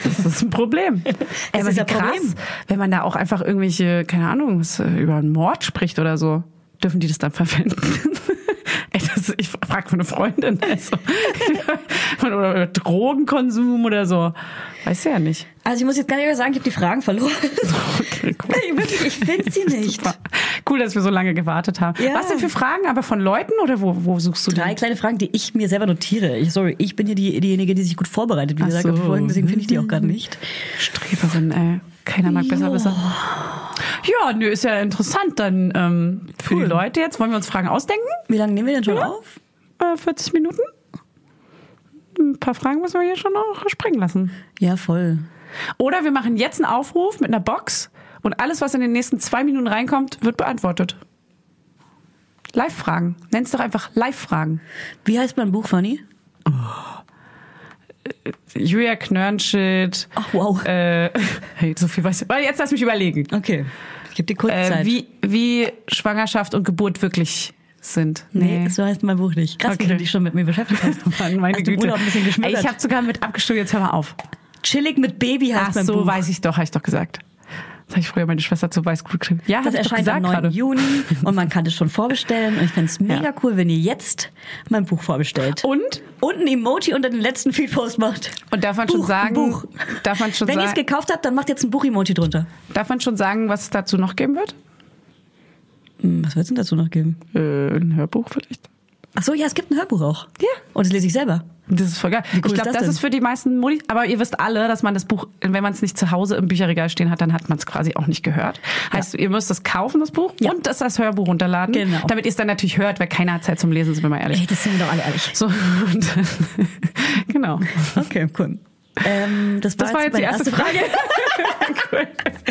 S1: Das ist ein Problem.
S2: Das
S1: aber
S2: ist
S1: wie
S2: ein Problem.
S1: wenn man da auch einfach irgendwelche, keine Ahnung, was, äh, über einen Mord spricht oder so. Dürfen die das dann verwenden? Ey, das, ich frage von eine Freundin. Also, oder, oder Drogenkonsum oder so. Weiß ja nicht.
S2: Also ich muss jetzt gar nicht mehr sagen, ich habe die Fragen verloren.
S1: Okay, cool.
S2: Ey, wirklich, ich finde sie nicht.
S1: Super. Cool, dass wir so lange gewartet haben.
S2: Ja.
S1: Was denn für Fragen? Aber von Leuten oder wo, wo suchst du
S2: Drei
S1: die?
S2: kleine Fragen, die ich mir selber notiere. Ich, sorry, ich bin hier die, diejenige, die sich gut vorbereitet, wie
S1: Ach
S2: gesagt,
S1: so. Mhm.
S2: auf die Folgen, deswegen finde ich die auch gerade nicht.
S1: Streberin, ey. Keiner mag besser, besser. Ja, nö, ist ja interessant dann ähm, für die Leute jetzt. Wollen wir uns Fragen ausdenken?
S2: Wie lange nehmen wir denn schon auf?
S1: äh, 40 Minuten. Ein paar Fragen müssen wir hier schon noch springen lassen.
S2: Ja, voll.
S1: Oder wir machen jetzt einen Aufruf mit einer Box und alles, was in den nächsten zwei Minuten reinkommt, wird beantwortet. Live-Fragen. Nenn es doch einfach Live-Fragen.
S2: Wie heißt mein Buch, Fanny?
S1: Julia Knörnschild.
S2: Ach, wow.
S1: Äh, hey, so viel weiß ich. Warte, Jetzt lass mich überlegen.
S2: Okay. Ich gebe dir kurz
S1: Äh,
S2: Zeit.
S1: wie, wie Schwangerschaft und Geburt wirklich sind.
S2: Nee, so heißt mein Buch nicht. Krass, wie
S1: Okay.
S2: du dich schon mit mir beschäftigt hast.
S1: Mann, meine
S2: hast du im
S1: Güte.
S2: Urlaub ein bisschen
S1: Ey,
S2: geschmückt.
S1: ich habe sogar mit abgestimmt, jetzt hör mal auf.
S2: Chillig mit Baby heißt
S1: Ach
S2: mein
S1: so,
S2: Buch.
S1: weiß ich doch, habe ich doch gesagt. Das habe ich früher meine Schwester zu Weißglut gekriegt. Ja,
S2: Das
S1: hab ich doch
S2: erscheint am
S1: gesagt
S2: 9.
S1: gerade.
S2: Juni und man kann das schon vorbestellen. Und ich fände es mega cool, wenn ihr jetzt mein Buch vorbestellt.
S1: Und?
S2: Und ein Emoji unter den letzten Feedpost macht.
S1: Oh. Und darf man schon
S2: Buch,
S1: sagen-
S2: Buch.
S1: darf man schon
S2: wenn ihr es
S1: sagen-
S2: gekauft habt, dann macht jetzt ein Buch-Emoji drunter.
S1: Darf man schon sagen, was es dazu noch geben wird?
S2: Hm, Was wird es denn dazu noch geben?
S1: Äh, ein Hörbuch vielleicht.
S2: Ach so, ja, es gibt ein Hörbuch auch.
S1: Ja.
S2: Und das lese ich selber.
S1: Das ist voll geil.
S2: Wie cool
S1: ich
S2: ist
S1: glaube,
S2: das
S1: das,
S2: denn?
S1: ist für die meisten Modi. Aber ihr wisst alle, dass man das Buch, wenn man es nicht zu Hause im Bücherregal stehen hat, dann hat man es quasi auch nicht gehört. Heißt, ihr müsst es kaufen, das Buch,
S2: Ja.
S1: und das als Hörbuch runterladen,
S2: Genau.
S1: damit ihr es dann natürlich hört, weil keiner hat Zeit zum Lesen, sind wir mal ehrlich.
S2: Ey, das sind wir doch alle ehrlich.
S1: So, und genau.
S2: Okay, cool. Ähm, das war,
S1: Das war jetzt die
S2: meine
S1: erste Frage.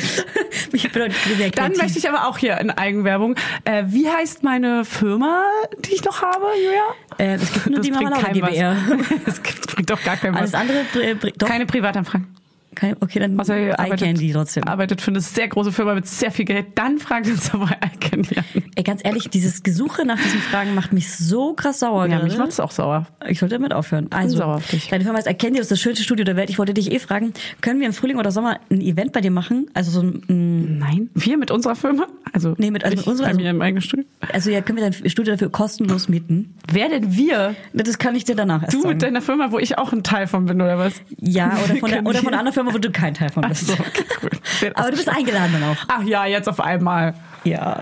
S2: ich bin heute sehr
S1: Dann
S2: kreativ.
S1: möchte ich aber auch hier in Eigenwerbung. Äh, wie heißt meine Firma, die ich noch habe, Julia?
S2: Äh, es gibt nur die Mama Laura
S1: keinem was.
S2: GbR.
S1: Das gibt- bringt doch gar keinen
S2: Alles
S1: was.
S2: andere, br- br- doch,
S1: Keine Privatanfragen.
S2: kein, okay, dann
S1: Außer ihr
S2: Eye
S1: arbeitet-
S2: Candy trotzdem.
S1: Arbeitet für eine sehr große Firma mit sehr viel Geld. Dann fragt uns aber iCandy an.
S2: Ey, ganz ehrlich, dieses Gesuche nach diesen Fragen macht mich so krass sauer
S1: Ja,
S2: gerade.
S1: mich macht's auch sauer.
S2: ich sollte damit aufhören. Also,
S1: sauer auf dich.
S2: deine Firma heißt Erkennt das ist das schönste Studio der Welt. Ich wollte dich eh fragen, können wir im Frühling oder Sommer ein Event bei dir machen? Also so ein, mm,
S1: Nein. Wir mit unserer Firma? Also,
S2: Nee, mit- also
S1: ich,
S2: mit unserer-
S1: Bei mir im eigenen Studio.
S2: also ja, können wir dein Studio dafür kostenlos mieten?
S1: Wer denn wir?
S2: Das kann ich dir danach erst
S1: Du
S2: sagen.
S1: mit deiner Firma, wo ich auch ein Teil von bin, oder was?
S2: ja, oder von, der,
S1: Können
S2: oder
S1: wir-
S2: von einer anderen Firma, wo du kein Teil von
S1: Ach
S2: bist.
S1: so, okay, cool. Wer das-
S2: Aber du bist eingeladen dann auch.
S1: Ach ja, jetzt auf einmal.
S2: Ja.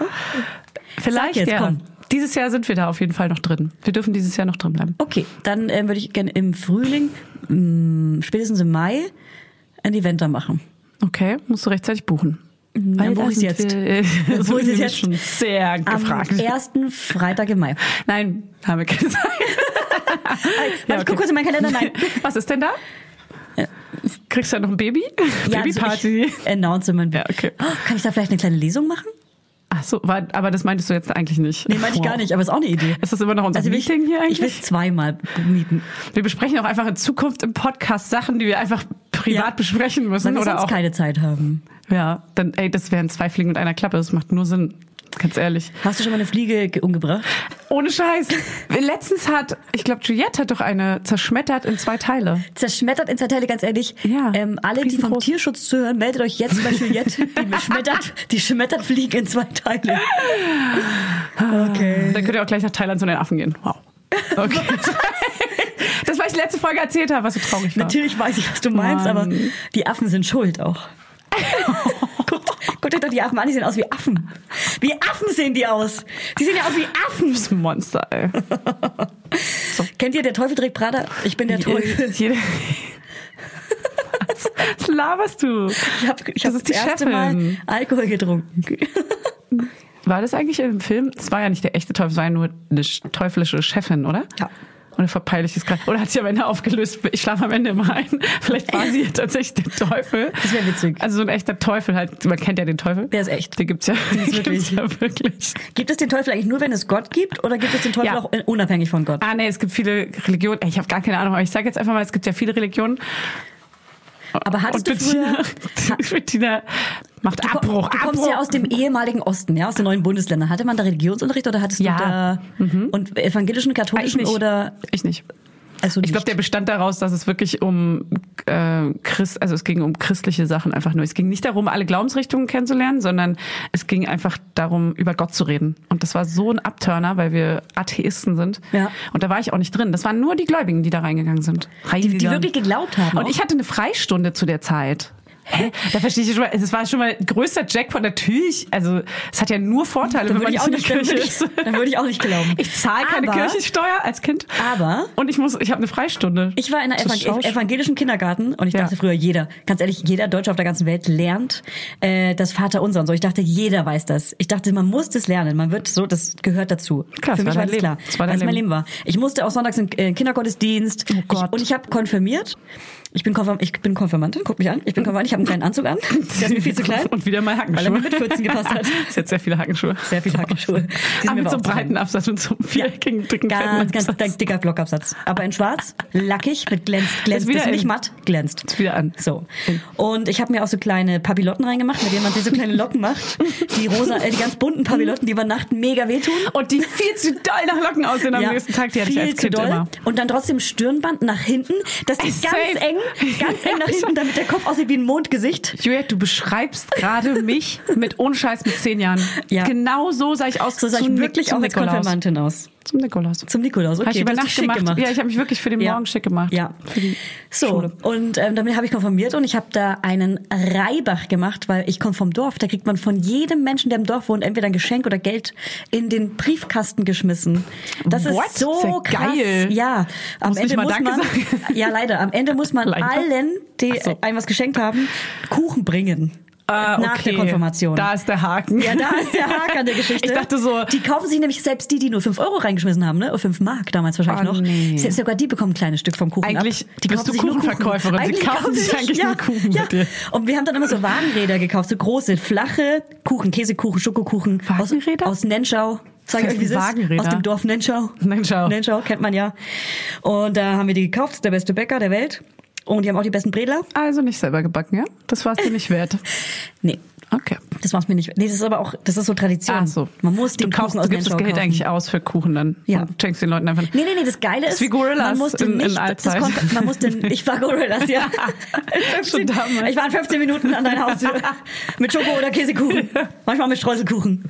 S1: Vielleicht,
S2: jetzt,
S1: ja.
S2: komm.
S1: Dieses Jahr sind wir da auf jeden Fall noch drin. Wir dürfen dieses Jahr noch drin bleiben.
S2: Okay, dann ähm, würde ich gerne im Frühling, mh, spätestens im Mai, ein Event da machen.
S1: Okay, musst du rechtzeitig buchen. Weil
S2: buch
S1: da
S2: ich's
S1: sind
S2: jetzt.
S1: Wir, das
S2: Buch ich's
S1: wurde jetzt
S2: jetzt.
S1: schon sehr
S2: Am
S1: gefragt.
S2: ersten Freitag im Mai.
S1: Nein, haben wir keine Zeit.
S2: Warte, ich guck kurz in meinen Kalender. Nein.
S1: Was ist denn da? Kriegst du ja noch ein Baby? Babyparty.
S2: also ich announce mein Baby.
S1: Ja, okay.
S2: oh, kann ich da vielleicht eine kleine Lesung machen?
S1: Ach so, war, aber das meintest du jetzt eigentlich nicht.
S2: Nee, meinte ich gar nicht, aber ist auch eine Idee.
S1: Ist das immer noch unser
S2: Also will
S1: Meeting
S2: ich,
S1: hier
S2: Ich will
S1: eigentlich?
S2: es zweimal mieten.
S1: Wir besprechen auch einfach in Zukunft im Podcast Sachen, die wir einfach privat
S2: Ja.
S1: besprechen
S2: Weil
S1: müssen
S2: wir
S1: oder
S2: sonst
S1: auch.
S2: keine Zeit haben.
S1: Ja, dann ey, das wären zwei Fliegen mit einer Klappe. Das macht nur Sinn. Ganz ehrlich.
S2: Hast du schon mal eine Fliege ge- umgebracht?
S1: Ohne Scheiß. Letztens hat, ich glaube, Juliette hat doch eine zerschmettert in zwei Teile.
S2: Zerschmettert in zwei Teile, ganz ehrlich.
S1: Ja,
S2: Ähm, alle, die vom
S1: riesengroß.
S2: Tierschutz zuhören, meldet euch jetzt bei Juliette. Die schmettert, die schmettert Fliege in zwei Teile.
S1: Dann könnt ihr auch gleich nach Thailand zu den Affen gehen. Wow. Okay. das, was ich letzte Folge erzählt habe, was so traurig war.
S2: Natürlich weiß ich, was du meinst,
S1: Mann.
S2: aber die Affen sind schuld auch. guckt, guckt euch doch die Affen an, die sehen aus wie Affen. Wie Affen sehen die aus. Die sehen ja aus wie Affen.
S1: Das ist ein Monster, ey.
S2: Kennt ihr der Teufel trägt Prada? Ich bin
S1: äh,
S2: der Teufel.
S1: Jede- Was was laberst du?
S2: Ich habe ich
S1: Das
S2: hab
S1: ist die
S2: das erste
S1: Chefin.
S2: Mal Alkohol getrunken.
S1: War das eigentlich im Film? Das war ja nicht der echte Teufel, es war ja nur eine sch- teuflische Chefin, oder?
S2: Ja.
S1: Oder verpeile ich das gerade? Oder hat sie am Ende aufgelöst? Ich schlafe am Ende immer ein. Vielleicht war sie tatsächlich der Teufel.
S2: Das wär witzig.
S1: Also so ein echter Teufel halt. Man kennt ja den Teufel.
S2: Der ist echt.
S1: Den gibt's ja, den
S2: ist wirklich.
S1: gibt's ja wirklich.
S2: Gibt es den Teufel eigentlich nur, wenn es Gott gibt? Oder gibt es den Teufel
S1: Ja.
S2: auch unabhängig von Gott?
S1: Ah nee, es gibt viele Religionen. Ey, Ich habe gar keine Ahnung, aber ich sage jetzt einfach mal, es gibt ja viele Religionen.
S2: Aber hattest
S1: Ah, Und
S2: du früher...
S1: Bettina, Bettina macht
S2: Du ko-
S1: Abbruch.
S2: Du kommst
S1: Abbruch.
S2: ja aus dem ehemaligen Osten, ja, aus den neuen Bundesländern. Hatte man da Religionsunterricht oder hattest
S1: Ja.
S2: du da und evangelischen,
S1: Ah, ich
S2: katholischen
S1: nicht.
S2: oder
S1: ich nicht.
S2: also
S1: Ich glaube, der
S2: nicht.
S1: bestand daraus, dass es wirklich um äh, Christ, also es ging um christliche Sachen einfach nur. Es ging nicht darum, alle Glaubensrichtungen kennenzulernen, sondern es ging einfach darum, über Gott zu reden. Und das war so ein Abturner, weil wir Atheisten sind.
S2: Ja.
S1: Und da war ich auch nicht drin. Das waren nur die Gläubigen, die da reingegangen sind.
S2: die wirklich geglaubt haben auch.
S1: Und ich hatte eine Freistunde zu der Zeit. Hä? Da verstehe ich schon mal, es war schon mal ein größer Jackpot. Natürlich, also es hat ja nur Vorteile,
S2: dann
S1: wenn
S2: würde
S1: man
S2: ich
S1: nicht
S2: auch
S1: in
S2: nicht, dann
S1: der Kirche
S2: würde ich,
S1: ist.
S2: dann würde ich auch nicht glauben.
S1: Ich zahle keine
S2: aber,
S1: Kirchensteuer als Kind.
S2: Aber-
S1: Und ich muss, ich habe eine Freistunde.
S2: Ich war in einer
S1: Zur
S2: evangel
S1: Schauspiel-
S2: evangelischen Kindergarten und ich
S1: Ja.
S2: dachte früher, jeder, ganz ehrlich, jeder Deutsche auf der ganzen Welt lernt äh, das Vaterunser und so. Ich dachte, jeder weiß das. Ich dachte, man muss das lernen. Man wird so, das gehört dazu.
S1: Klar,
S2: Für mich
S1: das war
S2: war
S1: dein
S2: das
S1: Leben.
S2: klar,
S1: Das war dein
S2: weil es mein
S1: Leben. Oh
S2: Leben war. Ich musste auch sonntags in äh, Kindergottesdienst
S1: Gott.
S2: Ich, und ich habe konfirmiert. Ich bin, Konfirm ich bin Konfirmantin, guck mich an.
S1: Mhm.
S2: Ich bin Konfirmant, ich habe einen kleinen Anzug an. Der ist mir viel zu klein.
S1: Und wieder mal
S2: Weil er
S1: Hackenschuhe.
S2: mir mit 14 gepasst hat.
S1: Das ist jetzt sehr viele Hackenschuhe.
S2: Sehr viele Hackenschuhe. Die sind
S1: Aber
S2: mir
S1: Ah, mit so
S2: aber
S1: einem
S2: auch
S1: breiten Absatz, mit so einem viereckigen, dicken
S2: Ganz, ganz
S1: Absatz.
S2: dicker Blockabsatz. Aber in schwarz, lackig, mit glänzt, glänzt.
S1: Ist wieder
S2: ist nicht
S1: in.
S2: matt, glänzt.
S1: Ist wieder an.
S2: So. Und ich habe mir auch so kleine Papillotten reingemacht, mit denen man sich so kleine Locken macht. Die rosa, äh, die ganz bunten Papillotten, die über Nacht mega wehtun.
S1: Und die viel zu doll nach Locken aussehen am nächsten Tag. Die hatte
S2: viel
S1: ich als
S2: zu
S1: Kind
S2: doll.
S1: immer.
S2: Und dann trotzdem Stirnband nach hinten, dass die
S1: Ey,
S2: ganz
S1: safe.
S2: eng eng, ganz eng nach hinten, damit der Kopf aussieht wie ein Mondgesicht.
S1: Julia, du beschreibst gerade mich mit ohne Scheiß mit zehn Jahren.
S2: Ja.
S1: Genau so sah ich aus.
S2: So sah
S1: zu
S2: ich
S1: Nik-
S2: wirklich
S1: zum
S2: auch als
S1: Nikolaus.
S2: Konfirmantin aus.
S1: Zum Nikolaus.
S2: Zum Nikolaus, okay.
S1: Habe ich über
S2: das
S1: Nacht
S2: ist schick
S1: gemacht. Ja, ich habe mich wirklich für den
S2: Ja.
S1: Morgen schick gemacht.
S2: Ja.
S1: Für die
S2: So,
S1: Schule.
S2: und ähm, damit habe ich konfirmiert und ich habe da einen Reibach gemacht, weil ich komme vom Dorf. Da kriegt man von jedem Menschen, der im Dorf wohnt, entweder ein Geschenk oder Geld in den Briefkasten geschmissen. Das
S1: What?
S2: ist so
S1: Sehr
S2: krass.
S1: geil.
S2: Ja, am
S1: Muss nicht
S2: Ende
S1: mal
S2: muss
S1: Danke
S2: man
S1: sagen.
S2: ja leider am Ende muss man
S1: Leider?
S2: allen, die
S1: Ach so.
S2: einem was geschenkt haben, Kuchen bringen.
S1: Ah, okay.
S2: Nach der Konfirmation.
S1: Da ist der Haken.
S2: Ja, da ist der Haken an der Geschichte.
S1: Ich dachte so-
S2: Die kaufen sich nämlich selbst die, die nur 5 Euro reingeschmissen haben, ne? 5 Mark damals wahrscheinlich
S1: Ah,
S2: noch.
S1: nee.
S2: Selbst sogar die bekommen ein kleines Stück vom Kuchen
S1: Eigentlich
S2: ab. Die
S1: bist
S2: kaufen
S1: du
S2: sich nur
S1: Kuchenverkäuferin. Sie
S2: Kuchen.
S1: kaufen sich eigentlich nur Kuchen
S2: ja.
S1: mit dir.
S2: Und wir haben dann immer so Wagenräder gekauft, so große, flache Kuchen, Käsekuchen, Schokokuchen.
S1: Wagenräder?
S2: Aus, aus Nenschau. Sag ich
S1: Das
S2: euch, wie es
S1: heißt
S2: ist.
S1: Wagenräder?
S2: Aus dem Dorf Nenschau.
S1: Nenschau.
S2: Nenschau, kennt man ja. Und da haben wir die gekauft, das ist der beste Bäcker der Welt. Und die haben auch die besten Bredler.
S1: Also nicht selber gebacken, ja? Das war es dir nicht wert.
S2: Nee,
S1: Okay.
S2: das war's mir nicht. Nee, das ist aber auch, das ist so Tradition.
S1: Ach so.
S2: Man muss
S1: du
S2: den
S1: kaufst,
S2: Kuchen aus
S1: du gibst das
S2: Nenschau
S1: Geld
S2: kaufen.
S1: eigentlich aus für Kuchen dann.
S2: Ja.
S1: Und schenkst den Leuten einfach.
S2: Nee, nee, nee, das Geile ist,
S1: Ist wie Gorillas
S2: man musste
S1: in- in
S2: nicht,
S1: Altzeit.
S2: Das konnte, man musste, ich war Gorillas, ja. In
S1: Schon damals.
S2: ich war in 15 Minuten an deiner Haustür. mit Schoko oder Käsekuchen. Manchmal mit Streuselkuchen.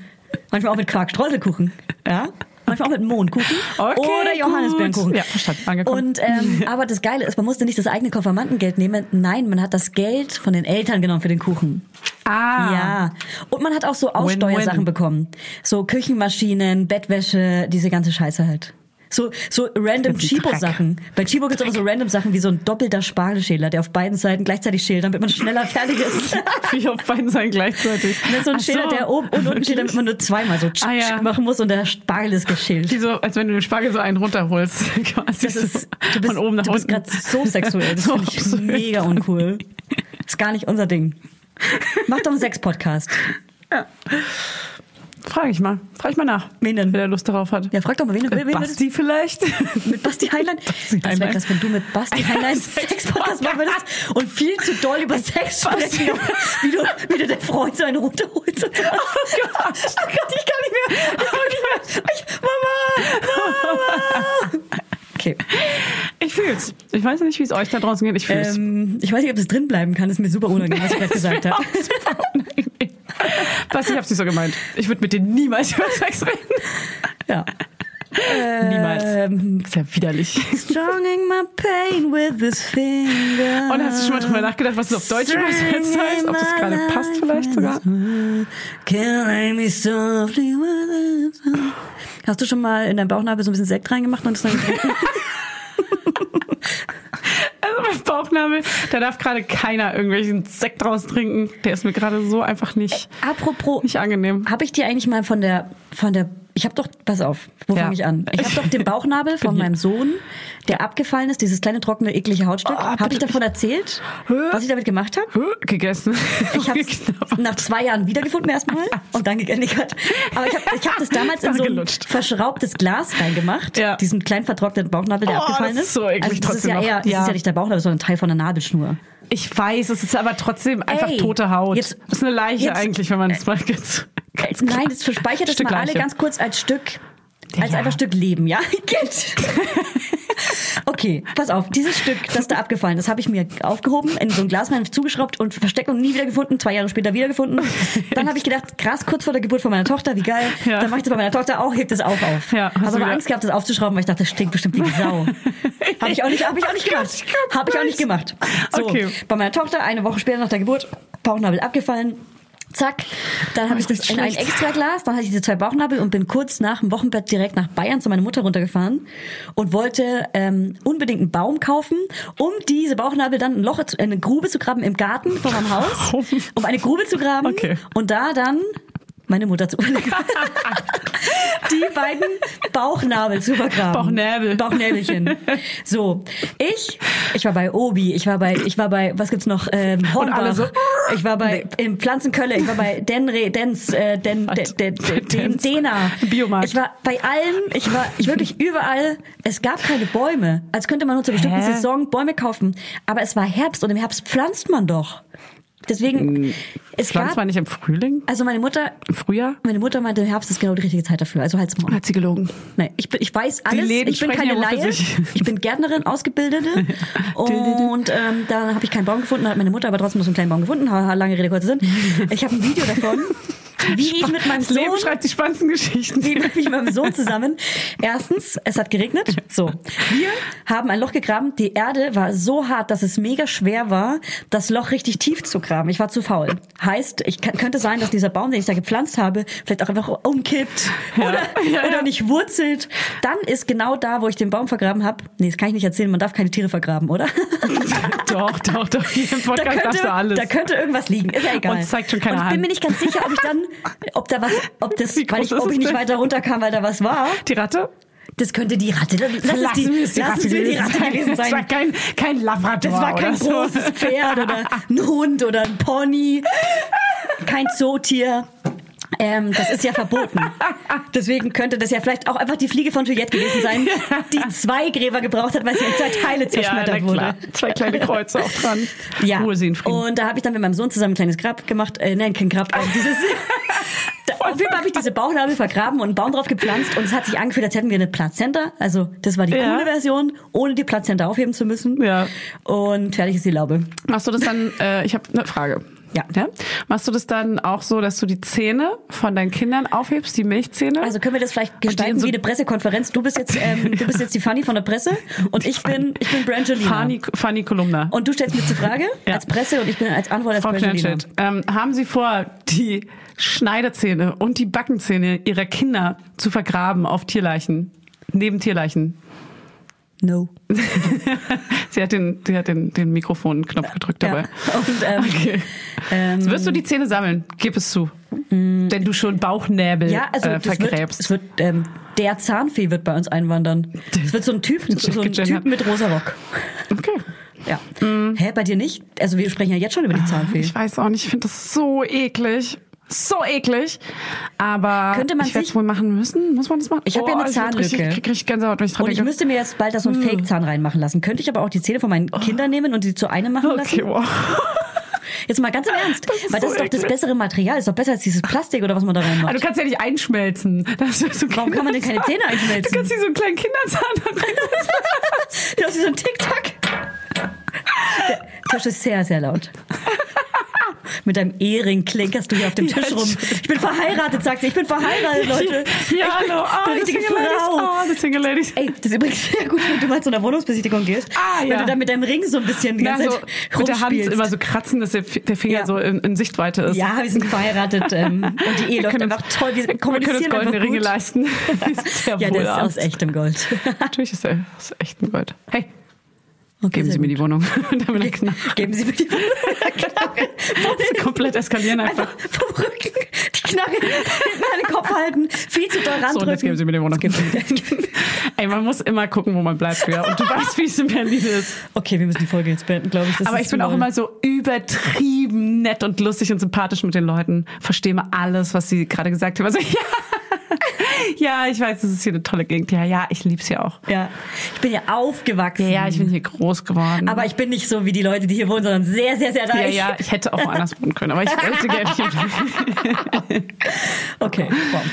S2: Manchmal auch mit Quark Streuselkuchen. Ja. Manchmal auch mit Mohnkuchen
S1: Okay,
S2: oder Johannisbeerenkuchen.
S1: gut. Ja, verstanden. Angekommen.
S2: Und ähm, aber das Geile ist, man musste nicht das eigene Konfirmandengeld nehmen. Nein, man hat das Geld von den Eltern genommen für den Kuchen.
S1: Ah.
S2: Ja. Und man hat auch so Aussteuersachen
S1: Win-win.
S2: bekommen. So Küchenmaschinen, Bettwäsche, diese ganze Scheiße halt. So, so random
S1: Ganzen
S2: Chibo-Sachen. Bei Chibo gibt's immer so random Sachen wie so ein doppelter Spargelschäler, der auf beiden Seiten gleichzeitig schält, damit man schneller fertig ist.
S1: Wie auf beiden Seiten gleichzeitig.
S2: Das ist so ein
S1: Ach
S2: Schäler, der oben und unten steht, damit man nur zweimal so tsch,
S1: Ah, ja.
S2: tsch machen muss und der Spargel ist geschält.
S1: Wie so, als wenn du den Spargel so einen runterholst. Quasi
S2: Das ist,
S1: so
S2: du bist,
S1: von oben nach
S2: du bist
S1: unten.
S2: gerade so sexuell. Das
S1: So
S2: finde ich
S1: absurd.
S2: mega uncool. Ist gar nicht unser Ding. Mach doch einen Sex-Podcast.
S1: Frag ich mal. Frag ich mal nach.
S2: Wen denn?
S1: Wer da Lust darauf hat.
S2: Ja, frag doch mal, wen, wen, wen
S1: Basti vielleicht?
S2: Äh, mit Basti Heinlein.
S1: Basti
S2: Das wäre
S1: Heinlein.
S2: krass, wenn du mit Basti Heinlein einen
S1: Sex-
S2: Sex-Podcast machen würdest und viel zu doll über Sex sprechen, wie du, wie du der Freund seinen runterholst. Oh Gott, oh
S1: genau.
S2: Gott, ich kann nicht mehr. Ich, ich, Mama, Mama. Okay.
S1: Ich fühl's. Ich weiß nicht, wie es euch da draußen geht. Ich fühl's.
S2: Ähm, ich weiß nicht, ob das drin bleiben kann. Ist mir super unangenehm, was ich gerade gesagt habe.
S1: Basti, ich hab's nicht so gemeint. Ich würde mit dir niemals über Sex reden.
S2: Ja.
S1: Niemals.
S2: Ähm,
S1: Ist ja widerlich.
S2: Stronging my pain with this finger.
S1: Und hast du schon mal
S2: Äh.
S1: drüber nachgedacht, was es auf Deutsch übersetzt heißt? Ob das gerade passt vielleicht sogar?
S2: Killing me softly with it. Hast du schon mal in deinen Bauchnabel so ein bisschen Sekt reingemacht und es dann getrunken?
S1: Also mein Bauchnabel, da darf gerade keiner irgendwelchen Sekt draus trinken. Der ist mir gerade so einfach nicht,
S2: Apropos,
S1: nicht angenehm.
S2: habe ich dir eigentlich mal von der von der ich habe doch, pass auf, wo
S1: Ja.
S2: fange ich an? Ich habe doch den Bauchnabel von meinem Sohn, der abgefallen ist, dieses kleine trockene eklige Hautstück.
S1: Oh,
S2: habe ich
S1: bitte
S2: davon erzählt,
S1: Hä?
S2: was ich damit gemacht habe?
S1: Huh, Gegessen.
S2: Ich habe
S1: Geknabbert.
S2: nach zwei Jahren wiedergefunden erstmal und dann gekennigert. Aber ich habe ich hab das damals in so ein
S1: Gelutscht.
S2: verschraubtes Glas reingemacht,
S1: Ja.
S2: diesen kleinen vertrockneten Bauchnabel, der
S1: Oh,
S2: abgefallen
S1: das ist so eklig
S2: also das ist
S1: trotzdem
S2: ja
S1: noch.
S2: eher, das
S1: Ja.
S2: ist ja nicht der Bauchnabel, sondern ein Teil von der Nabelschnur.
S1: Ich weiß, es ist aber trotzdem einfach
S2: Ey,
S1: tote Haut.
S2: jetzt-
S1: das ist eine Leiche
S2: jetzt- Äh,
S1: eigentlich, wenn man es mal ganz, ganz
S2: Nein,
S1: klar-
S2: das verspeichert das
S1: Stück
S2: mal alle
S1: Leiche.
S2: ganz kurz als Stück, als
S1: Ja.
S2: einfach Stück Leben, ja? Geht. Okay, pass auf, dieses Stück, das da abgefallen ist, habe ich mir aufgehoben, in so ein Glas rein zugeschraubt und versteckt und nie wieder gefunden, zwei Jahre später wiedergefunden. Dann habe ich gedacht, krass, kurz vor der Geburt von meiner Tochter, wie geil.
S1: Ja.
S2: Dann mache ich das bei meiner Tochter auch, heb das auch auf.
S1: Ja, hast
S2: habe
S1: du
S2: aber
S1: wieder-
S2: Angst gehabt, das aufzuschrauben, weil ich dachte, das stinkt bestimmt wie die Sau. habe ich auch nicht, habe ich auch nicht gemacht. Habe ich auch nicht gemacht. So,
S1: Okay.
S2: bei meiner Tochter, eine Woche später nach der Geburt, Bauchnabel abgefallen. Zack, dann habe ich das in ein
S1: schlecht.
S2: extra Glas, dann hatte ich diese zwei Bauchnabel und bin kurz nach dem Wochenbett direkt nach Bayern zu meiner Mutter runtergefahren und wollte ähm, unbedingt einen Baum kaufen, um diese Bauchnabel dann ein Loch, zu, eine Grube zu graben im Garten vor meinem Haus,
S1: Warum?
S2: um eine Grube zu graben
S1: Okay.
S2: und da dann meine Mutter zu die beiden Bauchnabel zu vergraben.
S1: Bauchnäbel.
S2: Bauchnäbelchen. So, ich, ich war bei Obi, ich war bei, ich war bei, was gibt's noch? Ähm, Hornbach.
S1: alle so,
S2: ich war bei im Pflanzenkölle, ich war bei Denre, Dens, äh, Den, Den,
S1: Was?
S2: Den, Den,
S1: Dens.
S2: Dena.
S1: Biomarkt.
S2: Ich war bei allem, ich war ich wirklich überall. Es gab keine Bäume. Als könnte man nur zur bestimmten
S1: Hä?
S2: Saison Bäume kaufen. Aber es war Herbst und im Herbst pflanzt man doch. Deswegen, es
S1: Mm, Pflanzt
S2: gab,
S1: man nicht im Frühling?
S2: also meine Mutter,
S1: Im Frühjahr?
S2: meine Mutter meinte, im Herbst ist genau die richtige Zeit dafür. Also halt's Maul.
S1: Hat sie gelogen.
S2: Nein, ich, bin, ich weiß alles.
S1: Läden
S2: ich bin
S1: sprechen
S2: keine
S1: ja wohl für
S2: Laie.
S1: sich.
S2: Ich bin Gärtnerin, Ausgebildete. und ähm, da habe ich keinen Baum gefunden, hat meine Mutter aber trotzdem noch so einen kleinen Baum gefunden. Haha, lange Rede, kurzer Sinn. Ich habe ein Video davon, wie ich mit meinem
S1: Das Leben
S2: Sohn
S1: schreibt die spannendsten Geschichten.
S2: wie mit mich mit meinem Sohn zusammen. Erstens, es hat geregnet. So, wir haben ein Loch gegraben. Die Erde war so hart, dass es mega schwer war, das Loch richtig tief zu graben. Ich war zu faul. Heißt, ich kann- könnte sein, dass dieser Baum, den ich da gepflanzt habe, vielleicht auch einfach umkippt oder, oder nicht wurzelt. Dann ist genau da, wo ich den Baum vergraben habe. Nee, das kann ich nicht erzählen. Man darf keine Tiere vergraben, oder?
S1: doch, doch, doch. Hier im Podcast Oh darfst du alles.
S2: da könnte irgendwas liegen. Ist ja egal.
S1: Uns zeigt schon keine
S2: Und ich bin
S1: Hand.
S2: mir nicht ganz sicher, ob ich dann, ob da was, ob das,
S1: Wie
S2: weil
S1: groß
S2: ich,
S1: ist
S2: ob
S1: es
S2: ich nicht
S1: denn?
S2: weiter runterkam, weil da was war.
S1: die Ratte?
S2: Das könnte die Ratte. Lass es die,
S1: wir es die
S2: lass
S1: Ratte
S2: es die
S1: gewesen
S2: Ratte
S1: sein.
S2: gewesen
S1: Das war
S2: sein.
S1: kein, kein Labrador
S2: Das war kein
S1: oder so.
S2: großes Pferd oder ein Hund oder ein Pony. Kein Zootier. Ähm, das ist ja verboten. Deswegen könnte das ja vielleicht auch einfach die Fliege von Juliette gewesen sein, die zwei Gräber gebraucht hat, weil sie in zwei Teile
S1: Ja,
S2: zerschmettert
S1: na klar.
S2: wurde.
S1: Zwei kleine Kreuze auch dran.
S2: Ja.
S1: Ruhe sie in Frieden.
S2: Und da habe ich dann mit meinem Sohn zusammen ein kleines Grab gemacht. Äh, nein, kein Grab. Äh, dieses. Da, auf jeden Fall habe ich diese Bauchnabel vergraben und einen Baum drauf gepflanzt und es hat sich angefühlt, als hätten wir eine Plazenta. Also das war die
S1: Ja.
S2: coole Version, ohne die Plazenta aufheben zu müssen.
S1: Ja.
S2: Und fertig ist die Laube.
S1: Machst du das dann, äh, ich habe eine Frage. Ne?
S2: Ja.
S1: Machst du das dann auch so, dass du die Zähne von deinen Kindern aufhebst, die Milchzähne?
S2: Also können wir das vielleicht gestalten
S1: in so-
S2: wie eine Pressekonferenz. Du bist jetzt, ähm, du bist jetzt die Fanny von der Presse und ich bin, ich bin Brangelina.
S1: Fanny, Fanny Kolumna.
S2: Und du stellst mir zur Frage
S1: Ja.
S2: als Presse und ich bin als Antwort als
S1: Frau
S2: Brangelina.
S1: Knirschelt, ähm, haben Sie vor, die Schneidezähne und die Backenzähne Ihrer Kinder zu vergraben auf Tierleichen? Neben Tierleichen.
S2: No.
S1: Sie hat den, sie hat den, den Mikrofonknopf gedrückt dabei.
S2: Ja. Und, ähm,
S1: Okay.
S2: ähm, Mm.
S1: Wirst du die Zähne sammeln? Gib es zu. Denn du schon Bauchnäbel
S2: Ja, also
S1: äh,
S2: das wird,
S1: vergräbst.
S2: es wird ähm, der Zahnfee wird bei uns einwandern. Es wird so ein Typ, so ein
S1: Jack
S2: Typ
S1: Jenner.
S2: mit rosa Rock.
S1: okay.
S2: Ja. Hä, bei dir nicht? Also wir sprechen ja jetzt schon über die Zahnfee.
S1: Mhm. Ah, Ich weiß auch nicht, ich finde das so eklig. So eklig. Aber
S2: Könnte man
S1: ich werde es
S2: sich-
S1: wohl machen müssen. Muss man das machen?
S2: Ich hab ja eine
S1: werd Richtig,
S2: Zahnlücke.
S1: Oh, also ich krieg richtig Gänsehaut, wenn ich dran
S2: und ich
S1: denke. Hm.
S2: müsste mir jetzt bald da so einen Fake-Zahn reinmachen lassen. Könnte ich aber auch die Zähne von meinen Kindern nehmen und sie zu einem machen
S1: Oh. okay,
S2: lassen?
S1: wow.
S2: Jetzt mal ganz im Ernst.
S1: Ah, ist
S2: Weil das
S1: so
S2: ist doch das
S1: eklig.
S2: bessere Material. Ist doch besser als dieses Plastik oder was man da reinmacht.
S1: Also du kannst ja nicht einschmelzen. Das ist so
S2: Warum kann man denn keine
S1: Kinderzahn.
S2: Zähne einschmelzen?
S1: Du kannst dir so einen kleinen Kinderzahn reinsetzen.
S2: Du hast wie so ein Tick-Tack. Der Tisch ist sehr, sehr laut. Mit deinem Ehering klinkerst du hier auf dem Tisch rum. Ich bin verheiratet, sagt sie. Ich bin verheiratet, Leute. ich
S1: Ja,
S2: bin
S1: hallo. Oh,
S2: eine
S1: die
S2: richtige
S1: Single Ladies.
S2: Frau.
S1: Oh, die Single Ladies.
S2: Ey, das ist übrigens sehr gut, wenn du mal zu einer Wohnungsbesichtigung gehst.
S1: Ah, ja.
S2: Wenn du dann mit deinem Ring so ein bisschen die
S1: Na,
S2: ganze
S1: so
S2: Zeit
S1: mit der Hand
S2: rumspielst.
S1: immer so kratzen, dass der, F- der Finger
S2: Ja.
S1: so in, in Sichtweite ist.
S2: Ja, wir sind verheiratet. Ähm, und die Ehe läuft
S1: können
S2: einfach
S1: uns-
S2: toll. Wir,
S1: wir können uns
S2: kommunizieren
S1: goldene
S2: einfach
S1: Ringe
S2: gut.
S1: leisten. Sehr
S2: Ja, der ist aus
S1: wohlhabend.
S2: echtem Gold.
S1: Natürlich ist er aus echtem Gold. Hey,
S2: Okay,
S1: geben
S2: sehr
S1: Sie mir
S2: gut.
S1: die Wohnung. Damit eine Knarre.
S2: Also Geben Sie mir die
S1: Komplett eskalieren einfach.
S2: Einfach Also vom Rücken die Knarre hinten an den Kopf halten, viel zu doll
S1: So, und
S2: randrücken.
S1: jetzt geben Sie mir die Wohnung. Ey, man muss immer gucken, wo man bleibt. Ja. Und du weißt, wie es in Berlin ist.
S2: okay, wir müssen die Folge jetzt beenden, glaube ich. Das
S1: Aber
S2: ist
S1: ich bin
S2: zu
S1: auch
S2: doll.
S1: immer so übertrieben nett und lustig und sympathisch mit den Leuten. Verstehe mal alles, was sie gerade gesagt haben. Also, ja. Ja, ich weiß, das ist hier eine tolle Gegend. Ja, ja, ich lieb's hier auch.
S2: Ja, ich bin ja aufgewachsen.
S1: Ja, ja, ich bin hier groß geworden.
S2: aber ich bin nicht so wie die Leute, die hier wohnen, sondern sehr, sehr, sehr
S1: ja,
S2: reich.
S1: ja, ich hätte auch anders wohnen können, aber ich wollte gerne hier bleiben.
S2: Okay, wow.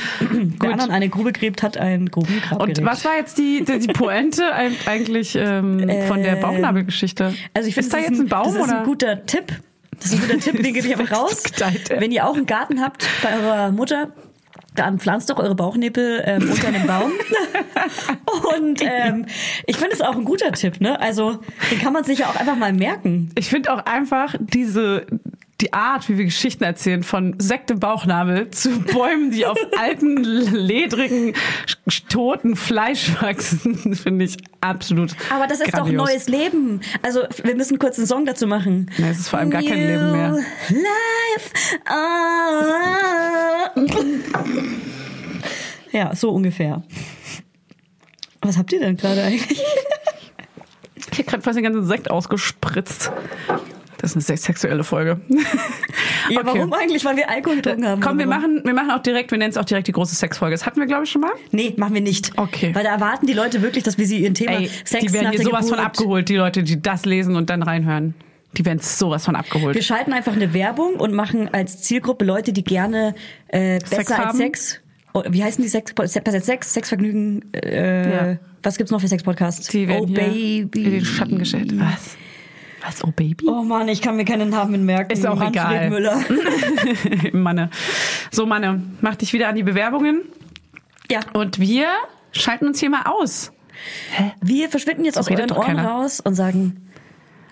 S2: Wer anderen eine Grube gräbt, hat einen Grubengrab
S1: Und
S2: geregt.
S1: was war jetzt die, die, die Pointe eig- eigentlich ähm, von der
S2: Ähm,
S1: Bauchnabelgeschichte?
S2: Also ich finde,
S1: ist da
S2: das
S1: jetzt ein, Baum
S2: das ist
S1: oder?
S2: ein guter Tipp. Das ist ein guter Tipp, den gebe ich einfach raus.
S1: Geteilt, ja.
S2: Wenn ihr auch einen Garten habt bei eurer Mutter, dann pflanzt doch eure Bauchnäpel ähm, unter einem Baum. Und ähm, ich finde es auch ein guter Tipp, ne? Also den kann man sich ja auch einfach mal merken.
S1: ich finde auch einfach diese die Art, wie wir Geschichten erzählen, von Sekte Bauchnabel zu Bäumen, die auf alten, ledrigen, sch- toten Fleisch wachsen, finde ich absolut.
S2: Aber das ist doch
S1: grandios.
S2: neues Leben. Also wir müssen kurz einen Song dazu machen.
S1: Ja, es ist vor allem gar kein Leben mehr.
S2: New Life. ah. Ja, so ungefähr. Was habt ihr denn gerade eigentlich?
S1: Ich habe gerade fast den ganzen Sekt ausgespritzt. Das ist eine se- sexuelle Folge.
S2: Ja,
S1: Okay.
S2: warum eigentlich? Weil wir Alkohol getrunken haben.
S1: Komm, wir
S2: Warum?
S1: machen, wir machen auch direkt, wir nennen es auch direkt die große Sexfolge. Das hatten wir, glaube ich, schon mal.
S2: Nee, machen wir nicht.
S1: Okay.
S2: Weil da erwarten die Leute wirklich, dass wir sie ihren Thema
S1: Ey,
S2: Sex
S1: die werden
S2: nach
S1: hier
S2: der
S1: sowas
S2: Geburt.
S1: von abgeholt, die Leute, die das lesen und dann reinhören. Die werden sowas von abgeholt.
S2: Wir schalten einfach eine Werbung und machen als Zielgruppe Leute, die gerne äh, besser als
S1: haben?
S2: Sex. Oh, Wie heißen die Sex? Besser als Sex, Sexvergnügen. Äh,
S1: Ja.
S2: Was gibt's noch für Sexpodcasts?
S1: Die werden
S2: Oh
S1: hier in
S2: Baby.
S1: den Schatten gestellt. Was? Was? Oh Baby?
S2: Oh Mann, ich kann mir keinen Namen merken.
S1: Ist auch
S2: Manfred
S1: egal.
S2: Müller.
S1: Manne. So, Manne, mach dich wieder an die Bewerbungen.
S2: Ja,
S1: Und wir schalten uns hier mal aus.
S2: wir verschwinden jetzt aus euren
S1: redet doch
S2: Ohren
S1: keiner.
S2: raus und sagen,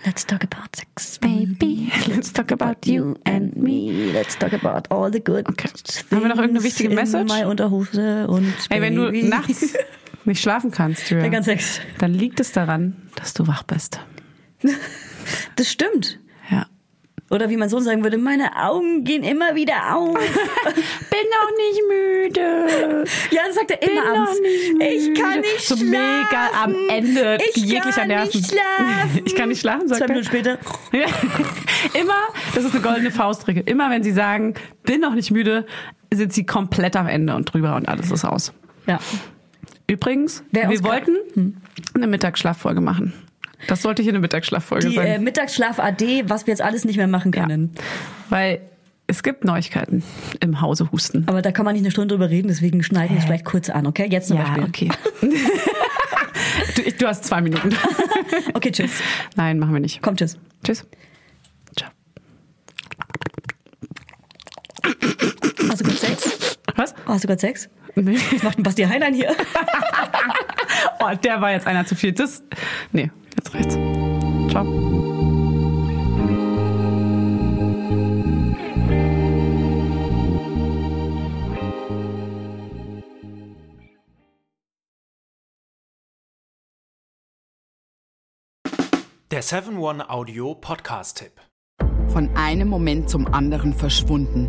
S2: let's talk about sex,
S1: Mhm.
S2: baby.
S1: Let's talk about
S2: You and me, let's talk about all the good
S1: Okay. Haben wir noch irgendeine
S2: things
S1: wichtige Message?
S2: In my Unterhose und
S1: Ey, wenn du
S2: baby.
S1: nachts nicht schlafen kannst, Julia,
S2: Dann ganz Sex.
S1: dann liegt es daran, dass du wach bist.
S2: Das stimmt.
S1: Ja.
S2: Oder wie mein Sohn sagen würde, meine Augen gehen immer wieder auf.
S1: Bin noch nicht müde.
S2: ja, das sagt er immer
S1: noch
S2: abends.
S1: nicht müde.
S2: Ich kann nicht
S1: So
S2: schlafen.
S1: mega am Ende
S2: ich
S1: jeglicher
S2: kann
S1: Nerven.
S2: Nicht schlafen.
S1: Ich kann nicht schlafen, sagt
S2: Zwei
S1: er.
S2: Minuten später.
S1: Ja. Immer, das ist eine goldene Faustregel. Immer wenn sie sagen, bin noch nicht müde, sind sie komplett am Ende und drüber und alles ist aus.
S2: Ja.
S1: Übrigens,
S2: Wer Hm.
S1: wir
S2: uns-
S1: wollten eine Mittagsschlaffolge machen. Das sollte hier eine Mittagsschlaffolge
S2: Die äh,
S1: sein.
S2: Mittagsschlaf AD, was wir jetzt alles nicht mehr machen können.
S1: Weil es gibt Neuigkeiten im Hause Husten.
S2: Aber da kann man nicht eine Stunde drüber reden, deswegen schneiden wir es vielleicht kurz an, okay? Jetzt zum Beispiel.
S1: okay. du, ich- du hast zwei Minuten.
S2: Okay, tschüss.
S1: Nein, machen wir nicht.
S2: Komm, tschüss.
S1: Tschüss. Ciao.
S2: Hast du gerade Sex?
S1: Was?
S2: Oh, hast du gerade Sex?
S1: Nee.
S2: Was macht denn Basti Heinlein hier?
S1: Oh, der war jetzt einer zu viel. Das. Nee, jetzt reicht's. Ciao.
S8: Der 7-One-Audio-Podcast-Tipp.
S9: Von einem Moment zum anderen verschwunden,